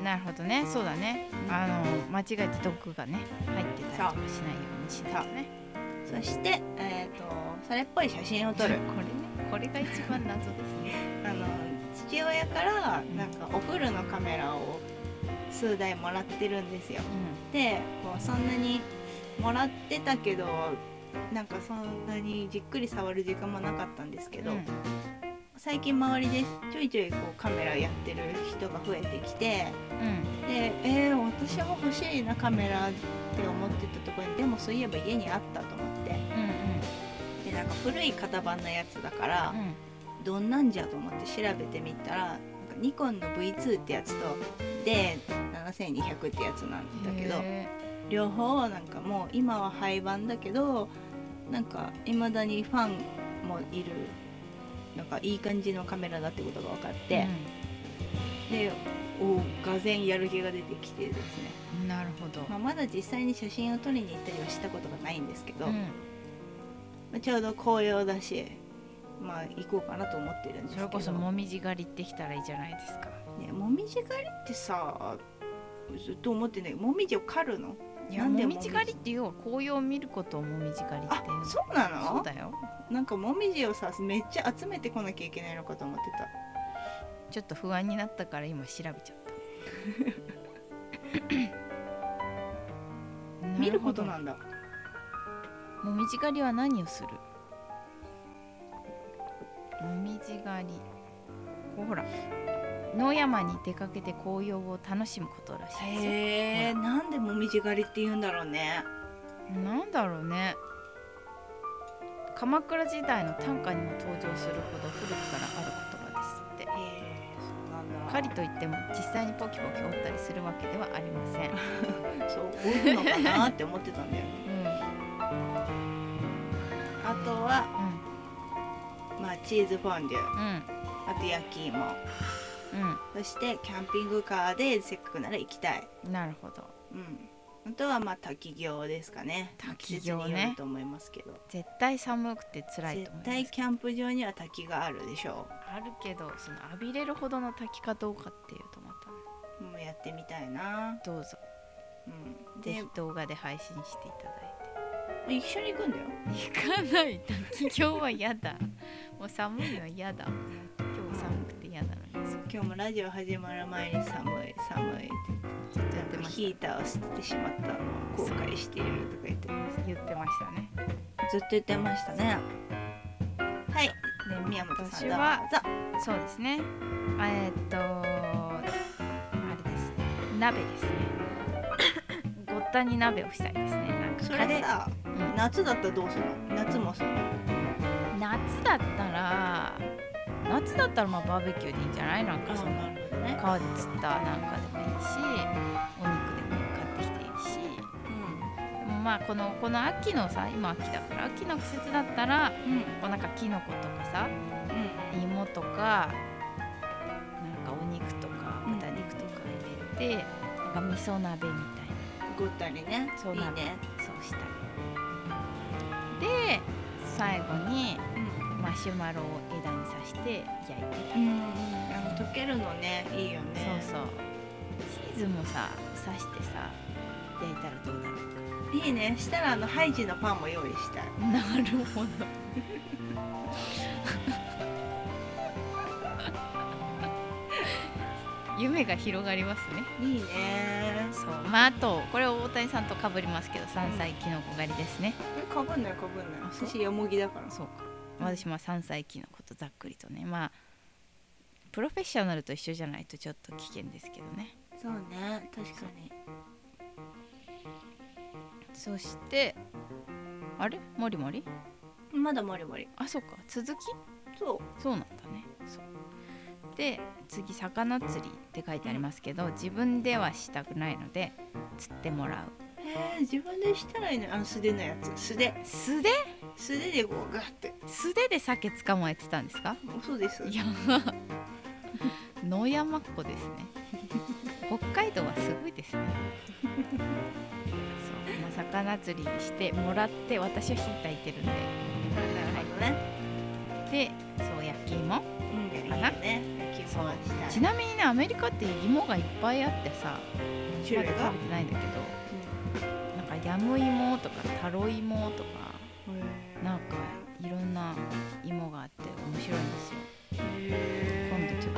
[SPEAKER 1] んなるほどねそうだねあの間違えて毒がね入ってたりとかしないようにしないとね
[SPEAKER 2] そしてえっ、とそれっぽい写真を撮る
[SPEAKER 1] これねこれが一番謎ですね
[SPEAKER 2] あの父親からなんかお風呂のカメラを数台もらってるんですよでこうそんなにもらってたけどなんかそんなにじっくり触る時間もなかったんですけ
[SPEAKER 1] け
[SPEAKER 2] ど、
[SPEAKER 1] ど、
[SPEAKER 2] 最近周りでちょいちょいこうカメラやってる人が増えてきてでえー、私も欲しいなカメラって思ってたところにでもそういえば家にあったと思って
[SPEAKER 1] うんうん
[SPEAKER 2] でなんか古い型番のやつだから
[SPEAKER 1] うん
[SPEAKER 2] どんなんじゃと思って調べてみたらなんかニコンの V2 ってやつと D7200 ってやつなんだけど
[SPEAKER 1] へ
[SPEAKER 2] 両方なんかもう今は廃盤だけどなんかいまだにファンもいるなんかいい感じのカメラだってことが分かっ
[SPEAKER 1] ー
[SPEAKER 2] て、でおがぜんやる気が出てきてですね
[SPEAKER 1] うんなるほど、
[SPEAKER 2] まあ、まだ実際に写真を撮りに行ったりはしたことがないんですけど、
[SPEAKER 1] う
[SPEAKER 2] ま
[SPEAKER 1] ん
[SPEAKER 2] あ、ちょうど紅葉だし、まあ、行こうかなと思ってるんですけ
[SPEAKER 1] そ
[SPEAKER 2] ど
[SPEAKER 1] れこそもみじ狩りってきたらいいじゃないですか
[SPEAKER 2] ね、もみじ狩りってさずっと思ってないもみじを狩るの
[SPEAKER 1] いや
[SPEAKER 2] なん
[SPEAKER 1] も
[SPEAKER 2] で
[SPEAKER 1] みじ狩りっていうは紅葉を見ることをもみじ狩りってい
[SPEAKER 2] あ
[SPEAKER 1] う
[SPEAKER 2] そうな
[SPEAKER 1] う
[SPEAKER 2] の
[SPEAKER 1] そうだよ
[SPEAKER 2] なんかもみじをさめっちゃ集めてこなきゃいけないのかと思ってた
[SPEAKER 1] ちょっと不安になったから今調べちゃった な
[SPEAKER 2] 見ることなんだ
[SPEAKER 1] もみじ狩りは何をするもみじ狩りこうほら野山に出かけて紅葉を楽しむことらしいですよ
[SPEAKER 2] へえなんでもみじ狩りって言うんだろうね
[SPEAKER 1] なんだろうね鎌倉時代の短歌にも登場するほど古くからある言葉ですって
[SPEAKER 2] へえそうなんだ
[SPEAKER 1] 狩りといっても実際にポキポキ折ったりするわけではありません、
[SPEAKER 2] そう動くのかなって思ってたんだよ
[SPEAKER 1] う
[SPEAKER 2] あとは、
[SPEAKER 1] ん、
[SPEAKER 2] まあ、チーズフォンデュ
[SPEAKER 1] うん
[SPEAKER 2] あと焼き芋
[SPEAKER 1] うん
[SPEAKER 2] そしてキャンピングカーでせっかくなら行きたい、
[SPEAKER 1] うんなるほど
[SPEAKER 2] うん、あとはまあ滝行ですかね
[SPEAKER 1] 滝行ね
[SPEAKER 2] 季節によると思いますけど
[SPEAKER 1] 絶対寒くて辛い
[SPEAKER 2] 絶
[SPEAKER 1] と思います
[SPEAKER 2] 対キャンプ場には滝があるでしょ
[SPEAKER 1] あるけどその浴びれるほどの滝かどうかっていうとまたね
[SPEAKER 2] うもうやってみたいな、
[SPEAKER 1] どうぞ
[SPEAKER 2] うん、
[SPEAKER 1] ぜ
[SPEAKER 2] で
[SPEAKER 1] ひ動画で配信していただ
[SPEAKER 2] 一緒に行くんだよ
[SPEAKER 1] いて行かない滝行は嫌だもう寒いの嫌だ今日寒くて嫌なのにそう
[SPEAKER 2] 今日もラジオ始まる前に寒い寒いって
[SPEAKER 1] ちょっと
[SPEAKER 2] 言
[SPEAKER 1] や
[SPEAKER 2] っ
[SPEAKER 1] って
[SPEAKER 2] て
[SPEAKER 1] ま
[SPEAKER 2] ヒ
[SPEAKER 1] し
[SPEAKER 2] ーターを吸ってしまったのを後悔しているとか言って
[SPEAKER 1] た言ってましたね
[SPEAKER 2] ずっと言ってましたねはいで宮本さ
[SPEAKER 1] 私
[SPEAKER 2] んどう
[SPEAKER 1] は
[SPEAKER 2] ぞ
[SPEAKER 1] そうですねえーっとあれですね鍋ですねごったに鍋をしたいですねなんか
[SPEAKER 2] そ
[SPEAKER 1] カ
[SPEAKER 2] れ
[SPEAKER 1] レー
[SPEAKER 2] さ
[SPEAKER 1] うん
[SPEAKER 2] 夏だったらどうするの夏もそうなの
[SPEAKER 1] 夏だったら夏だったらまあバーベキューでいいんじゃないなんかその
[SPEAKER 2] なるほどね
[SPEAKER 1] 川で釣ったなんかでもいいしお肉でも買ってきていいしまあこのこの秋のさ今秋だから秋の季節だったら
[SPEAKER 2] うんうん
[SPEAKER 1] こうなんかキノコとかさ
[SPEAKER 2] う
[SPEAKER 1] 芋とかなんかお肉とか
[SPEAKER 2] うん
[SPEAKER 1] 豚肉とか入れて、なんか味噌鍋みたい
[SPEAKER 2] んごったりね
[SPEAKER 1] そう
[SPEAKER 2] いい
[SPEAKER 1] なの
[SPEAKER 2] ね
[SPEAKER 1] なそうしたりで最後に、
[SPEAKER 2] うん
[SPEAKER 1] まあ、シュマロを枝に刺して焼いて
[SPEAKER 2] うんあの溶けるのねいいよ
[SPEAKER 1] た、
[SPEAKER 2] ね
[SPEAKER 1] そうそうチーズもさ刺してさ焼いたらどうだろう
[SPEAKER 2] いいねしたらあのハイジのパンも用意したい
[SPEAKER 1] なるほ ど。夢が広がりますね。
[SPEAKER 2] いいね
[SPEAKER 1] そう、まあ、あと、これ大谷さんと被りますけど、山菜キノコ狩りですね。
[SPEAKER 2] えかぶんないかぶんない
[SPEAKER 1] あそう
[SPEAKER 2] 私よもぎだから
[SPEAKER 1] そうか。私も山菜キノコとざっくりとね、まあ。プロフェッショナルと一緒じゃないと、ちょっと危険ですけどね。
[SPEAKER 2] そうね確かに
[SPEAKER 1] そして。あれ、もりもり。
[SPEAKER 2] まだもりもり
[SPEAKER 1] あ、そうか、続き。
[SPEAKER 2] そう
[SPEAKER 1] そうなんだねそうで次魚釣りって書いてありますけど自分ではしたくないので釣ってもらう
[SPEAKER 2] へえ自分でしたらいいのにあの素手のやつ素手
[SPEAKER 1] 素手
[SPEAKER 2] 素手でこうガッて
[SPEAKER 1] 素手で鮭捕まえてたんですか
[SPEAKER 2] そうです
[SPEAKER 1] いや ば野山っ子ですね北海道はすごいですねそう、まあ、魚釣りしてもらって私は火炊いてるんで
[SPEAKER 2] なるほどね
[SPEAKER 1] でそう焼き芋
[SPEAKER 2] うんいいよね焼き芋がした
[SPEAKER 1] ち
[SPEAKER 2] い
[SPEAKER 1] なみにねアメリカって芋がいっぱいあってさ
[SPEAKER 2] 種類
[SPEAKER 1] ま
[SPEAKER 2] が
[SPEAKER 1] だ食べてないんだけどなんかヤム芋とかタロイモとか
[SPEAKER 2] うん
[SPEAKER 1] なんかいろんな芋があって面白いんですよ
[SPEAKER 2] へ
[SPEAKER 1] 今
[SPEAKER 2] ー
[SPEAKER 1] 度ちょっ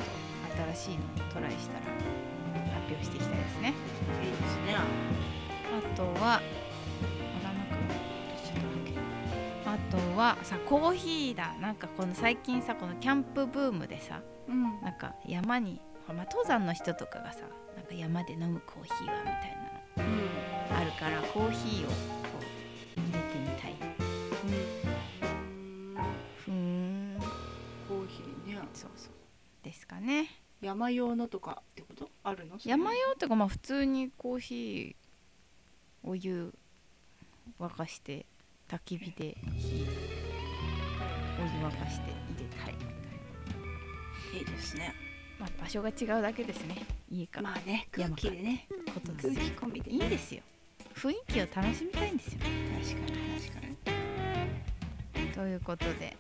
[SPEAKER 1] と新しいのをトライしたら発表していきたいですね
[SPEAKER 2] いいですね
[SPEAKER 1] あとはあらなんかちょっと待ってあとはさコーヒーだなんかこの最近さこのキャンプブームでさ
[SPEAKER 2] うん
[SPEAKER 1] なんか山に、まあ、登山の人とかがさなんか山で飲むコーヒーはみたいな
[SPEAKER 2] うん
[SPEAKER 1] のあるからコーヒーをこう入れてみたい
[SPEAKER 2] うん
[SPEAKER 1] ふーん
[SPEAKER 2] コーヒーね
[SPEAKER 1] そうそうですかね
[SPEAKER 2] 山用のとかってことあるの
[SPEAKER 1] 山用とかまあ普通にコーヒーお湯沸かして焚き火で火お湯沸かして入れたい、
[SPEAKER 2] いいですね
[SPEAKER 1] まあ、場所が違うだけですね家か
[SPEAKER 2] まあね空
[SPEAKER 1] 山か
[SPEAKER 2] 気でね
[SPEAKER 1] ことです
[SPEAKER 2] 空
[SPEAKER 1] よ
[SPEAKER 2] 気込みで
[SPEAKER 1] いいんですよ雰囲気を楽しみたいんですよ
[SPEAKER 2] 確かに確かに
[SPEAKER 1] ということで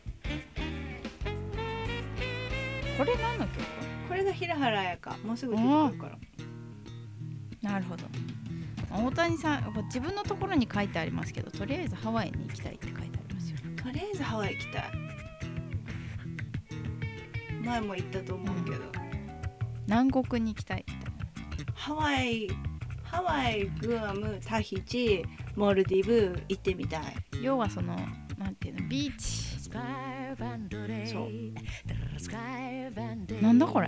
[SPEAKER 1] これ何の曲
[SPEAKER 2] これが平原やかもうすぐ出てくるから
[SPEAKER 1] なるほど大谷さんこう自分のところに書いてありますけどとりあえずハワイに行きたいって書いてありますよ
[SPEAKER 2] とりあえずハワイ行きたい前も言ったと思うけど、
[SPEAKER 1] 南国に行きたいみたいな
[SPEAKER 2] ハワイハワイグアムタヒチモルディブ行ってみたい
[SPEAKER 1] 要はそのなんていうのビーチ
[SPEAKER 3] そう
[SPEAKER 1] なんだこれ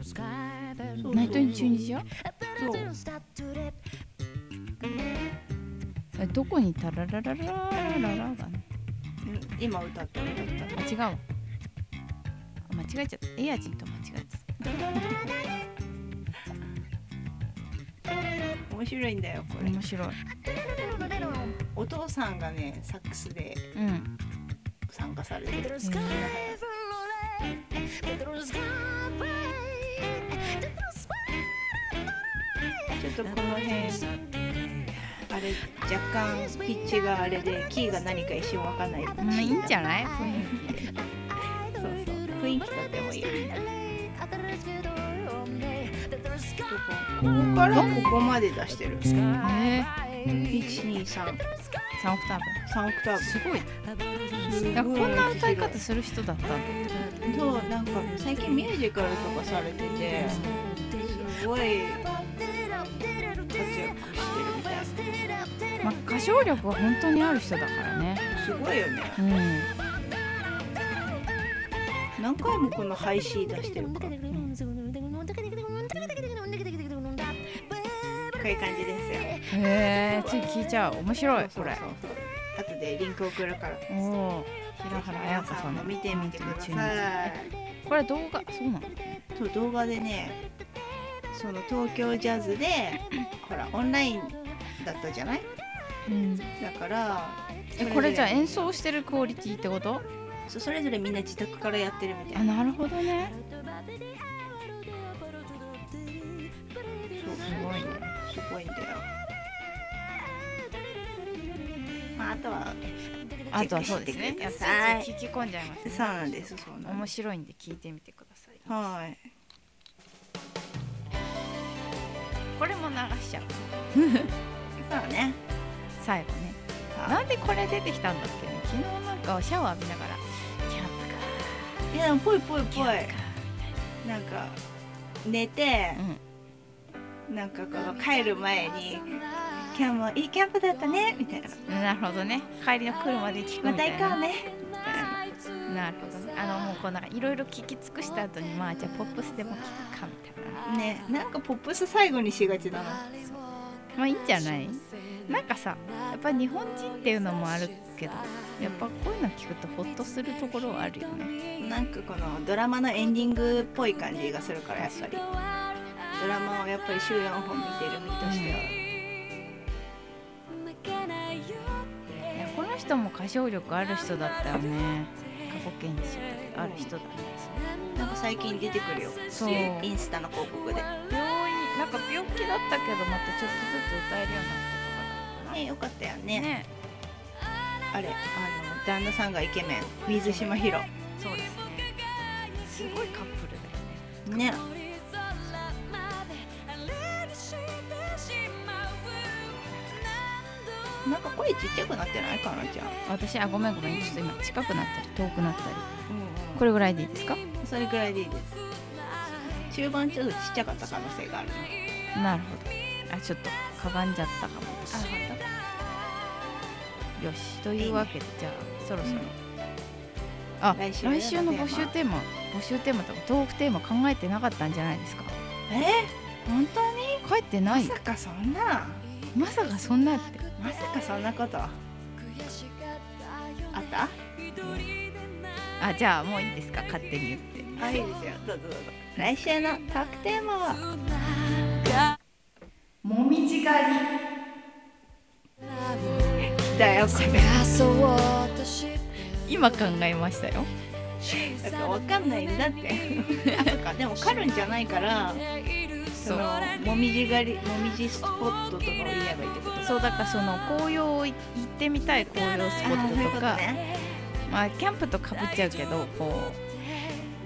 [SPEAKER 2] そう
[SPEAKER 1] ナイトインチュニジア
[SPEAKER 2] そう
[SPEAKER 1] それどこにタラララララララだね
[SPEAKER 2] うん今歌った歌った
[SPEAKER 1] あ違うわあ間違えちゃったエアジンと間違えちゃっ
[SPEAKER 2] 面白いんだよこ
[SPEAKER 1] た
[SPEAKER 2] れ
[SPEAKER 1] 面白い
[SPEAKER 2] お父さんがねサックスで
[SPEAKER 1] うん
[SPEAKER 2] 参加されてるちょっとこの辺あれ若干ピッチがあれでキーが何か一瞬わかんない
[SPEAKER 1] うんいいんじゃない雰囲気
[SPEAKER 2] そ
[SPEAKER 1] で
[SPEAKER 2] うそう雰囲気とってもいいよここからここまで出してる
[SPEAKER 1] え
[SPEAKER 2] 123
[SPEAKER 1] 3オクター
[SPEAKER 2] 3オクター
[SPEAKER 1] ブすごい
[SPEAKER 2] ブす
[SPEAKER 1] だから
[SPEAKER 2] ごい
[SPEAKER 1] こんな歌い方する人だったんだ
[SPEAKER 2] そうなんか最近ミュージカルとかされててすごい活躍してるみたい
[SPEAKER 1] まあ、歌唱力は本当にある人だからね
[SPEAKER 2] すごいよね
[SPEAKER 1] うん
[SPEAKER 2] 何回もこのハイシー出してるからこういう感じですよ
[SPEAKER 1] へえつい聞いちゃう面白い
[SPEAKER 2] そうそ
[SPEAKER 1] これ
[SPEAKER 2] うそう後でリンク送るから
[SPEAKER 1] おお平原綾香さんの
[SPEAKER 2] 見てみてくだ
[SPEAKER 1] ナイトインチュニジア
[SPEAKER 2] さい
[SPEAKER 1] これ動画そうなの
[SPEAKER 2] そう動画でねその東京ジャズでほらオンラインだったじゃない
[SPEAKER 1] うん
[SPEAKER 2] だから
[SPEAKER 1] えこれじゃあ演奏してるクオリティってこと
[SPEAKER 2] そうそれぞれみんな自宅からやってるみた
[SPEAKER 1] あ
[SPEAKER 2] いな
[SPEAKER 1] なるほどね
[SPEAKER 2] そうすごいねすごいんだよ、まあ、あとは
[SPEAKER 1] あ
[SPEAKER 2] チェ
[SPEAKER 1] と
[SPEAKER 2] ッ
[SPEAKER 1] は
[SPEAKER 2] ク
[SPEAKER 1] そう
[SPEAKER 2] して
[SPEAKER 1] です
[SPEAKER 2] く
[SPEAKER 1] ね。い
[SPEAKER 2] だ
[SPEAKER 1] やつい
[SPEAKER 2] さい。
[SPEAKER 1] つい聞き込んじゃいますね。
[SPEAKER 2] そうなんです。そうなん
[SPEAKER 1] 面
[SPEAKER 2] です。
[SPEAKER 1] 白いんで聞いてみてください。
[SPEAKER 2] はい。
[SPEAKER 1] これも流しちゃう。
[SPEAKER 2] そうね。
[SPEAKER 1] 最後ね。
[SPEAKER 2] は
[SPEAKER 1] なんでこれ出てきたんだっけね。昨日なんかシャワー浴びながらキャンプか
[SPEAKER 2] いいやでもぽいぽいぽ
[SPEAKER 1] キャ
[SPEAKER 2] い。
[SPEAKER 1] ンプか
[SPEAKER 2] なんか寝て
[SPEAKER 1] みたいな。うん。
[SPEAKER 2] なんかこの帰る前に今日もいいキャンプだったねみたいな。
[SPEAKER 1] なるほどね帰りの車で聞く
[SPEAKER 2] ま
[SPEAKER 1] み
[SPEAKER 2] た
[SPEAKER 1] たい
[SPEAKER 2] 行
[SPEAKER 1] な、
[SPEAKER 2] こうね。
[SPEAKER 1] なるほどねあのもうこうなんかいろいろ聞き尽くした後にまあじゃあポップスでも聞くかみたいな
[SPEAKER 2] ね、なんかポップス最後にしがちだな。
[SPEAKER 1] まあいいんじゃないなんかさやっぱ日本人っていうのもあるけどやっぱこういうの聞くとホッとするところはあるよね
[SPEAKER 2] なんかこのドラマのエンディングっぽい感じがするからやっぱりドラマをやっぱり週4本見てる身としては、
[SPEAKER 1] いやこの人も歌唱力ある人だったよね過去形にしちゃったけどある人だね
[SPEAKER 2] なんか最近出てくるよ
[SPEAKER 1] そう
[SPEAKER 2] インスタの広告で
[SPEAKER 1] 病院なんか病気だったけどまたちょっとずつ歌えるようになったとかだった
[SPEAKER 2] ねよかったよね
[SPEAKER 1] ねね
[SPEAKER 2] あれあの旦那さんがイケメン水島ひろ
[SPEAKER 1] そうですねすごいカップルだよね
[SPEAKER 2] ねなんか声ちっちゃくなってないかなちゃん
[SPEAKER 1] 私あごめんごめんちょっと今近くなったり遠くなったり
[SPEAKER 2] うん
[SPEAKER 1] これぐらいでいいですか
[SPEAKER 2] うんそれくらいでいいです中盤ちょっとちっちゃかった可能性がある
[SPEAKER 1] なるほどあちょっとかがんじゃったかも
[SPEAKER 2] あ本
[SPEAKER 1] よしというわけでじゃあそろそろ、
[SPEAKER 2] うん
[SPEAKER 1] あ
[SPEAKER 2] 来週
[SPEAKER 1] 来週
[SPEAKER 2] の
[SPEAKER 1] の
[SPEAKER 2] テーマ
[SPEAKER 1] 募集テーマ募集テーマとかトークテーマ考えてなかったんじゃないですか
[SPEAKER 2] 当え本当に
[SPEAKER 1] 書いてな
[SPEAKER 2] ま
[SPEAKER 1] い
[SPEAKER 2] さかそんな
[SPEAKER 1] まさかそんなって
[SPEAKER 2] まさかそんなことあった
[SPEAKER 1] あじゃあもういいですか勝手に言って
[SPEAKER 2] あいいですよどうぞどうぞ来週のトークテーマは
[SPEAKER 1] もみじ狩り
[SPEAKER 2] 来たよこれ
[SPEAKER 1] 今考えましたよ
[SPEAKER 2] だからわかんないんだって あそっかでもカルンじゃないからそ
[SPEAKER 1] そう
[SPEAKER 2] のもみじ狩りもみじスポットとかを言えばいいってこと
[SPEAKER 1] そうだからその紅葉をい行ってみたい紅葉スポットとか
[SPEAKER 2] ね
[SPEAKER 1] まあキャンプとかぶっちゃうけどこ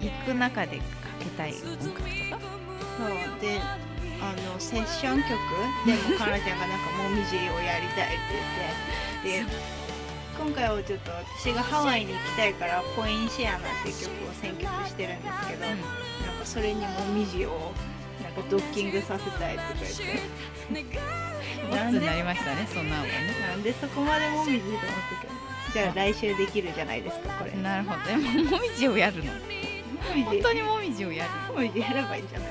[SPEAKER 1] う行く中でかけたい音楽とか
[SPEAKER 2] そうであのセッション曲でもカラちゃんがなんかもみじをやりたいって言ってで今回はちょっと私がハワイに行きたいから「コインシアナ」っていう曲を選曲してるんですけど、なんかそれにもみじをなんかドッキングさせたいとか言って
[SPEAKER 1] モッツになりましたねそんなのね
[SPEAKER 2] なんでそこまでもみじと思ってたのじゃあ来週できるじゃないですかこれ
[SPEAKER 1] なるほどでももみじをやるの
[SPEAKER 2] もみじ
[SPEAKER 1] 本当にもみじをやる
[SPEAKER 2] もみじやればいいんじゃない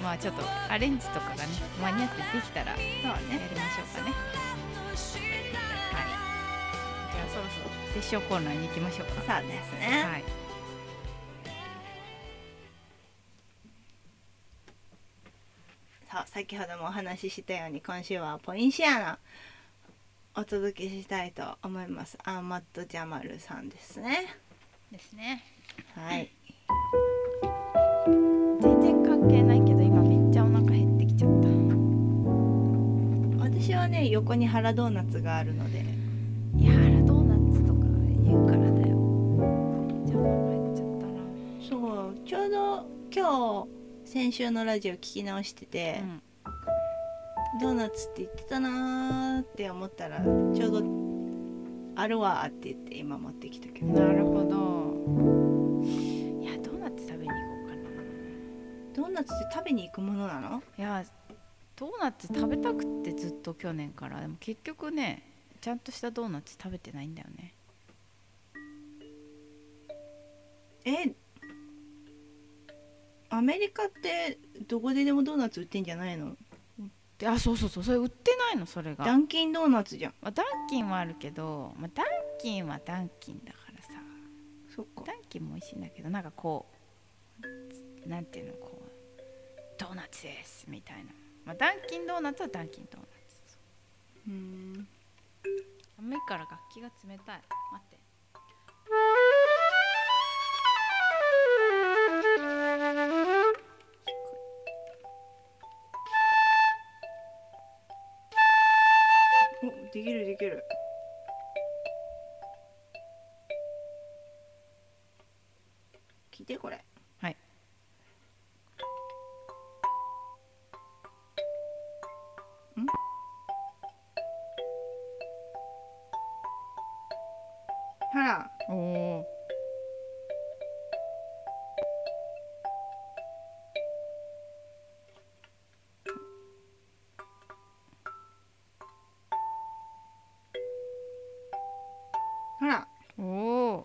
[SPEAKER 1] まあちょっとアレンジとかがね間に合ってできたらや
[SPEAKER 2] そう
[SPEAKER 1] りま
[SPEAKER 2] ね
[SPEAKER 1] しょうかねはいじゃあそろそろセッションコーナーに行きましょうか
[SPEAKER 2] そうですね、
[SPEAKER 1] はい
[SPEAKER 2] そう先ほどもお話ししたように今週はポインシアナお届けしたいと思いますアーマッド・ジャマルさんですね
[SPEAKER 1] ですね
[SPEAKER 2] はい
[SPEAKER 1] 全然関係ないけど今めっちゃお腹減ってきちゃった
[SPEAKER 2] 私はね横に原ドーナツがあるので
[SPEAKER 1] いやあらドーナツとか言うからだよじゃあお腹減っちゃったな
[SPEAKER 2] そうちょうど今日先週のラジオ聞き直してて、
[SPEAKER 1] うん
[SPEAKER 2] ドーナツって言ってたなーって思ったらちょうどあるわーって言って今持ってきたけど
[SPEAKER 1] なるほどいやドーナツ食べに行こうかな
[SPEAKER 2] ドーナツって食べに行くものなの
[SPEAKER 1] いやドーナツ食べたくってずっと去年からでも結局ねちゃんとしたドーナツ食べてないんだよね
[SPEAKER 2] えアメリカってどこででもドーナツ売ってんじゃないの
[SPEAKER 1] であそうそうそうそれ売ってないのそれが
[SPEAKER 2] ダンキンドーナツじゃん
[SPEAKER 1] まあ、ダンキンはあるけど、まあ、ダンキンはダンキンだからさ
[SPEAKER 2] そっか
[SPEAKER 1] ダンキンも美味しいんだけどなんかこうなんていうのこうドーナツですみたいな、まあ、ダンキンドーナツはダンキンドーナツ
[SPEAKER 2] うーん
[SPEAKER 1] 寒いから楽器が冷たい待って
[SPEAKER 2] おできるできる聞いてこれ
[SPEAKER 1] はい
[SPEAKER 2] んほら
[SPEAKER 1] おお
[SPEAKER 2] ほら
[SPEAKER 1] ーおー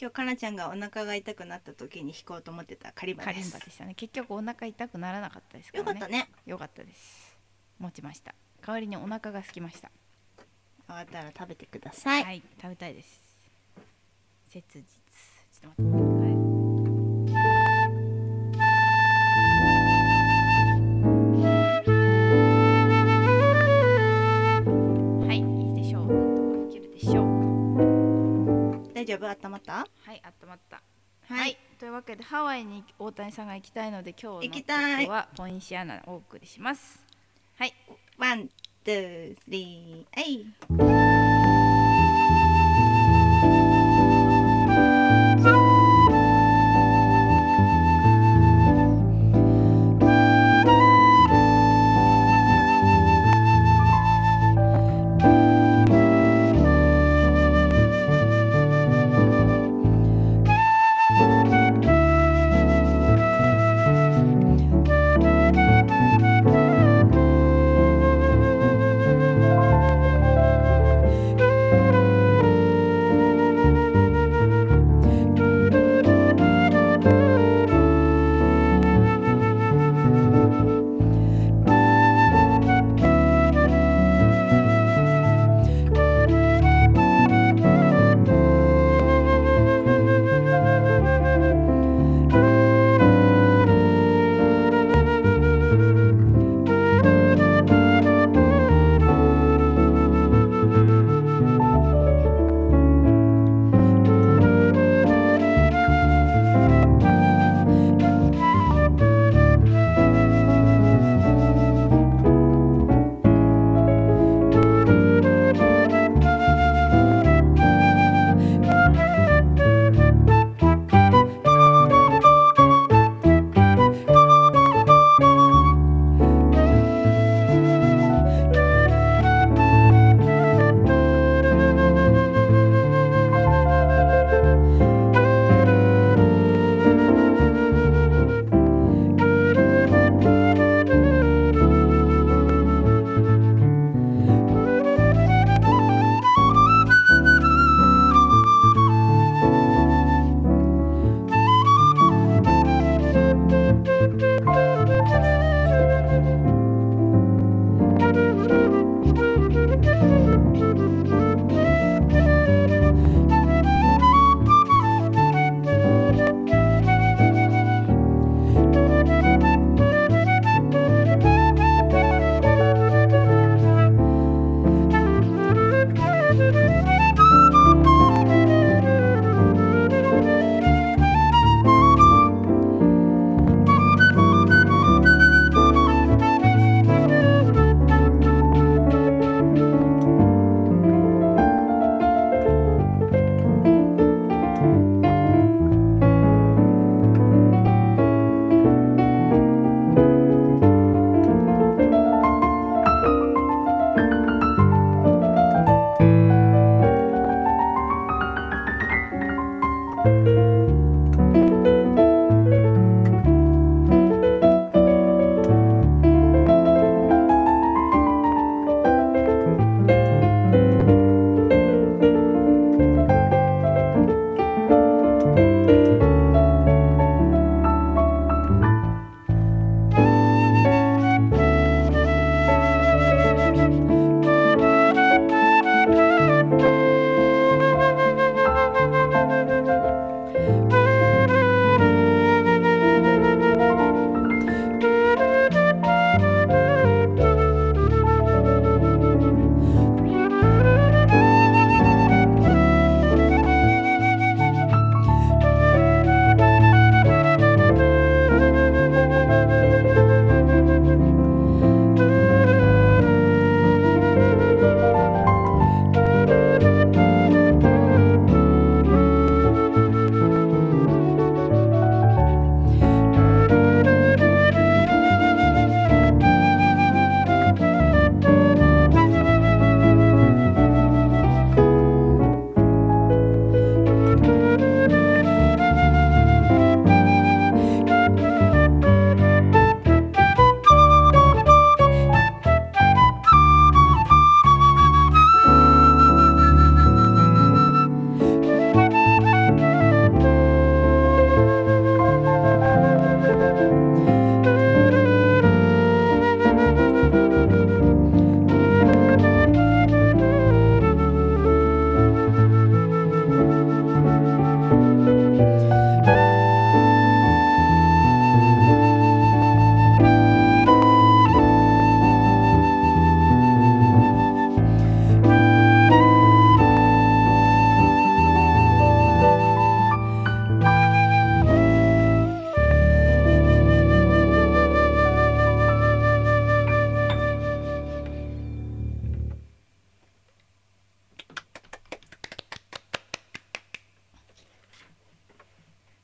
[SPEAKER 2] 今日かなちゃんがお腹が痛くなった時に弾こうと思ってたカリバ
[SPEAKER 1] カ
[SPEAKER 2] で
[SPEAKER 1] リン
[SPEAKER 2] す
[SPEAKER 1] バでしたね結局お腹痛くならなかったですから
[SPEAKER 2] よ
[SPEAKER 1] ね
[SPEAKER 2] かったね
[SPEAKER 1] よかったです持ちました代わりにお腹が空きました
[SPEAKER 2] 終わったら食べてください、
[SPEAKER 1] はい、食べたいです。切実。ちょっと待って。はいはい、いいでしょう。なんとかいけるでしょう。
[SPEAKER 2] 大丈夫温まった
[SPEAKER 1] はい、温まった。
[SPEAKER 2] はい、
[SPEAKER 1] というわけでハワイに大谷さんが行きたいので今日
[SPEAKER 2] 行
[SPEAKER 1] の
[SPEAKER 2] きたい
[SPEAKER 1] 曲はポインシアナをお送りします。はい。
[SPEAKER 2] ワン、ツー、スリー、はい。
[SPEAKER 1] 「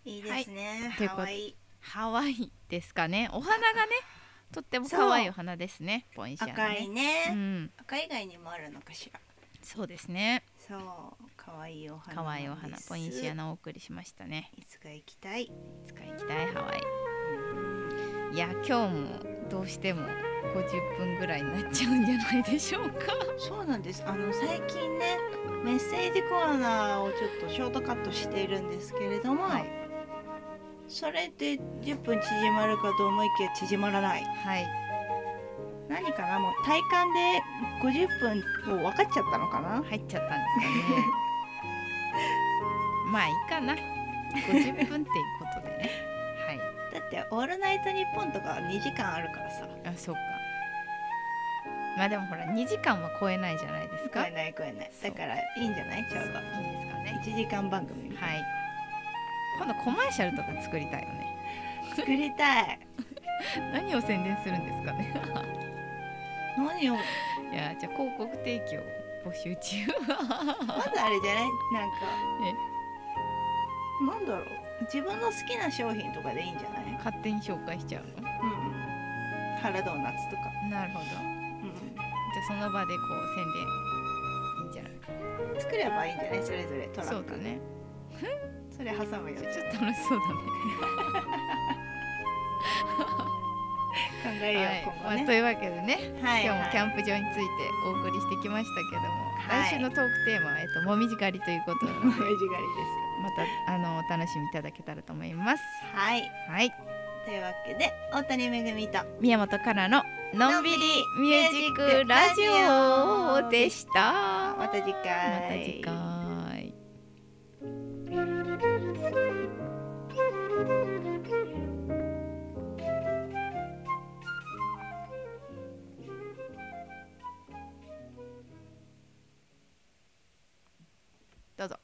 [SPEAKER 2] いいですね、
[SPEAKER 1] はい
[SPEAKER 2] ハワイ
[SPEAKER 1] ハワイですかねお花 がねとっても可愛いお花ですねポインシアの
[SPEAKER 2] 赤い
[SPEAKER 1] ね
[SPEAKER 2] ね、
[SPEAKER 1] うん、
[SPEAKER 2] 赤以外にもあるのかしら
[SPEAKER 1] そうですね
[SPEAKER 2] そう可愛いお花
[SPEAKER 1] 可愛いお
[SPEAKER 2] なん
[SPEAKER 1] 花
[SPEAKER 2] です
[SPEAKER 1] ポインシアナをお送りしましたね
[SPEAKER 2] いつか行きたい
[SPEAKER 1] いつか行きたいハワイいや今日もどうしても50分ぐらいになっちゃうんじゃないでしょうか
[SPEAKER 2] そうなんですあの最近ねメッセージコーナーをちょっとショートカットしているんですけれども、
[SPEAKER 1] はい
[SPEAKER 2] それで10分縮まるかと思いきや縮まらない
[SPEAKER 1] はい
[SPEAKER 2] 何かなもう体感で50分もう分かっちゃったのかな
[SPEAKER 1] 入っちゃったんですかね まあいいかな50分っていうことでねはい
[SPEAKER 2] だって「オールナイトニッポン」とか2時間あるからさ
[SPEAKER 1] あそうかまあでもほら2時間は超えないじゃないです
[SPEAKER 2] 超
[SPEAKER 1] か
[SPEAKER 2] えない超えない
[SPEAKER 1] そう
[SPEAKER 2] だからいいんじゃないちょうど
[SPEAKER 1] いいですかね
[SPEAKER 2] 1時間番組みたい
[SPEAKER 1] はい今度コマーシャルとか作りたいよね
[SPEAKER 2] な作りたい
[SPEAKER 1] 何を宣伝するんですかね
[SPEAKER 2] 何を
[SPEAKER 1] いやじゃあ広告提供募集中
[SPEAKER 2] まずあれじゃないなんか
[SPEAKER 1] え
[SPEAKER 2] なんだろう自分の好きな商品とかでいいんじゃない
[SPEAKER 1] 勝手に紹介しちゃうの
[SPEAKER 2] うん原ドーナツとか、
[SPEAKER 1] なるほどじゃ
[SPEAKER 2] う
[SPEAKER 1] あその場でこう宣伝いいんじゃないか
[SPEAKER 2] ん、作ればいいんじゃないそれぞれトラ
[SPEAKER 1] そ
[SPEAKER 2] ッ
[SPEAKER 1] う
[SPEAKER 2] ク
[SPEAKER 1] だね
[SPEAKER 2] それ挟むよ
[SPEAKER 1] ち
[SPEAKER 2] 考
[SPEAKER 1] ょちょっと楽しそうだね
[SPEAKER 2] えよう、
[SPEAKER 1] はいまあ
[SPEAKER 2] 今後ね、
[SPEAKER 1] というわけでね、
[SPEAKER 2] はい
[SPEAKER 1] 今日もキャ
[SPEAKER 2] ン
[SPEAKER 1] ンプ場についてお送りしてきましたけども、
[SPEAKER 2] はい
[SPEAKER 1] 来週のトークテーマは、えっと、もみじ狩りということなの
[SPEAKER 2] プ
[SPEAKER 1] で
[SPEAKER 2] 親父狩りです
[SPEAKER 1] またあのお楽しみいただけたらと思います。
[SPEAKER 2] はい
[SPEAKER 1] はい、
[SPEAKER 2] というわけで大谷めぐみと
[SPEAKER 1] 宮本からののんびりミュージックラジオでした。
[SPEAKER 2] また次回
[SPEAKER 1] また次回。どうぞ。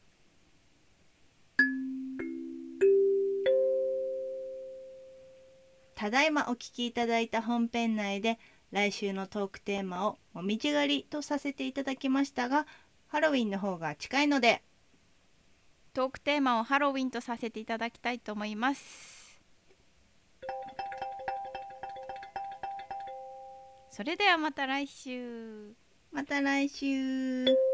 [SPEAKER 2] ただいまお聞きいただいた本編内で来週のトークテーマをもみじ狩りとさせていただきましたがハロウィンの方が近いので
[SPEAKER 1] トークテーマをハロウィンとさせていただきたいと思いますそれではまた来週
[SPEAKER 2] また来週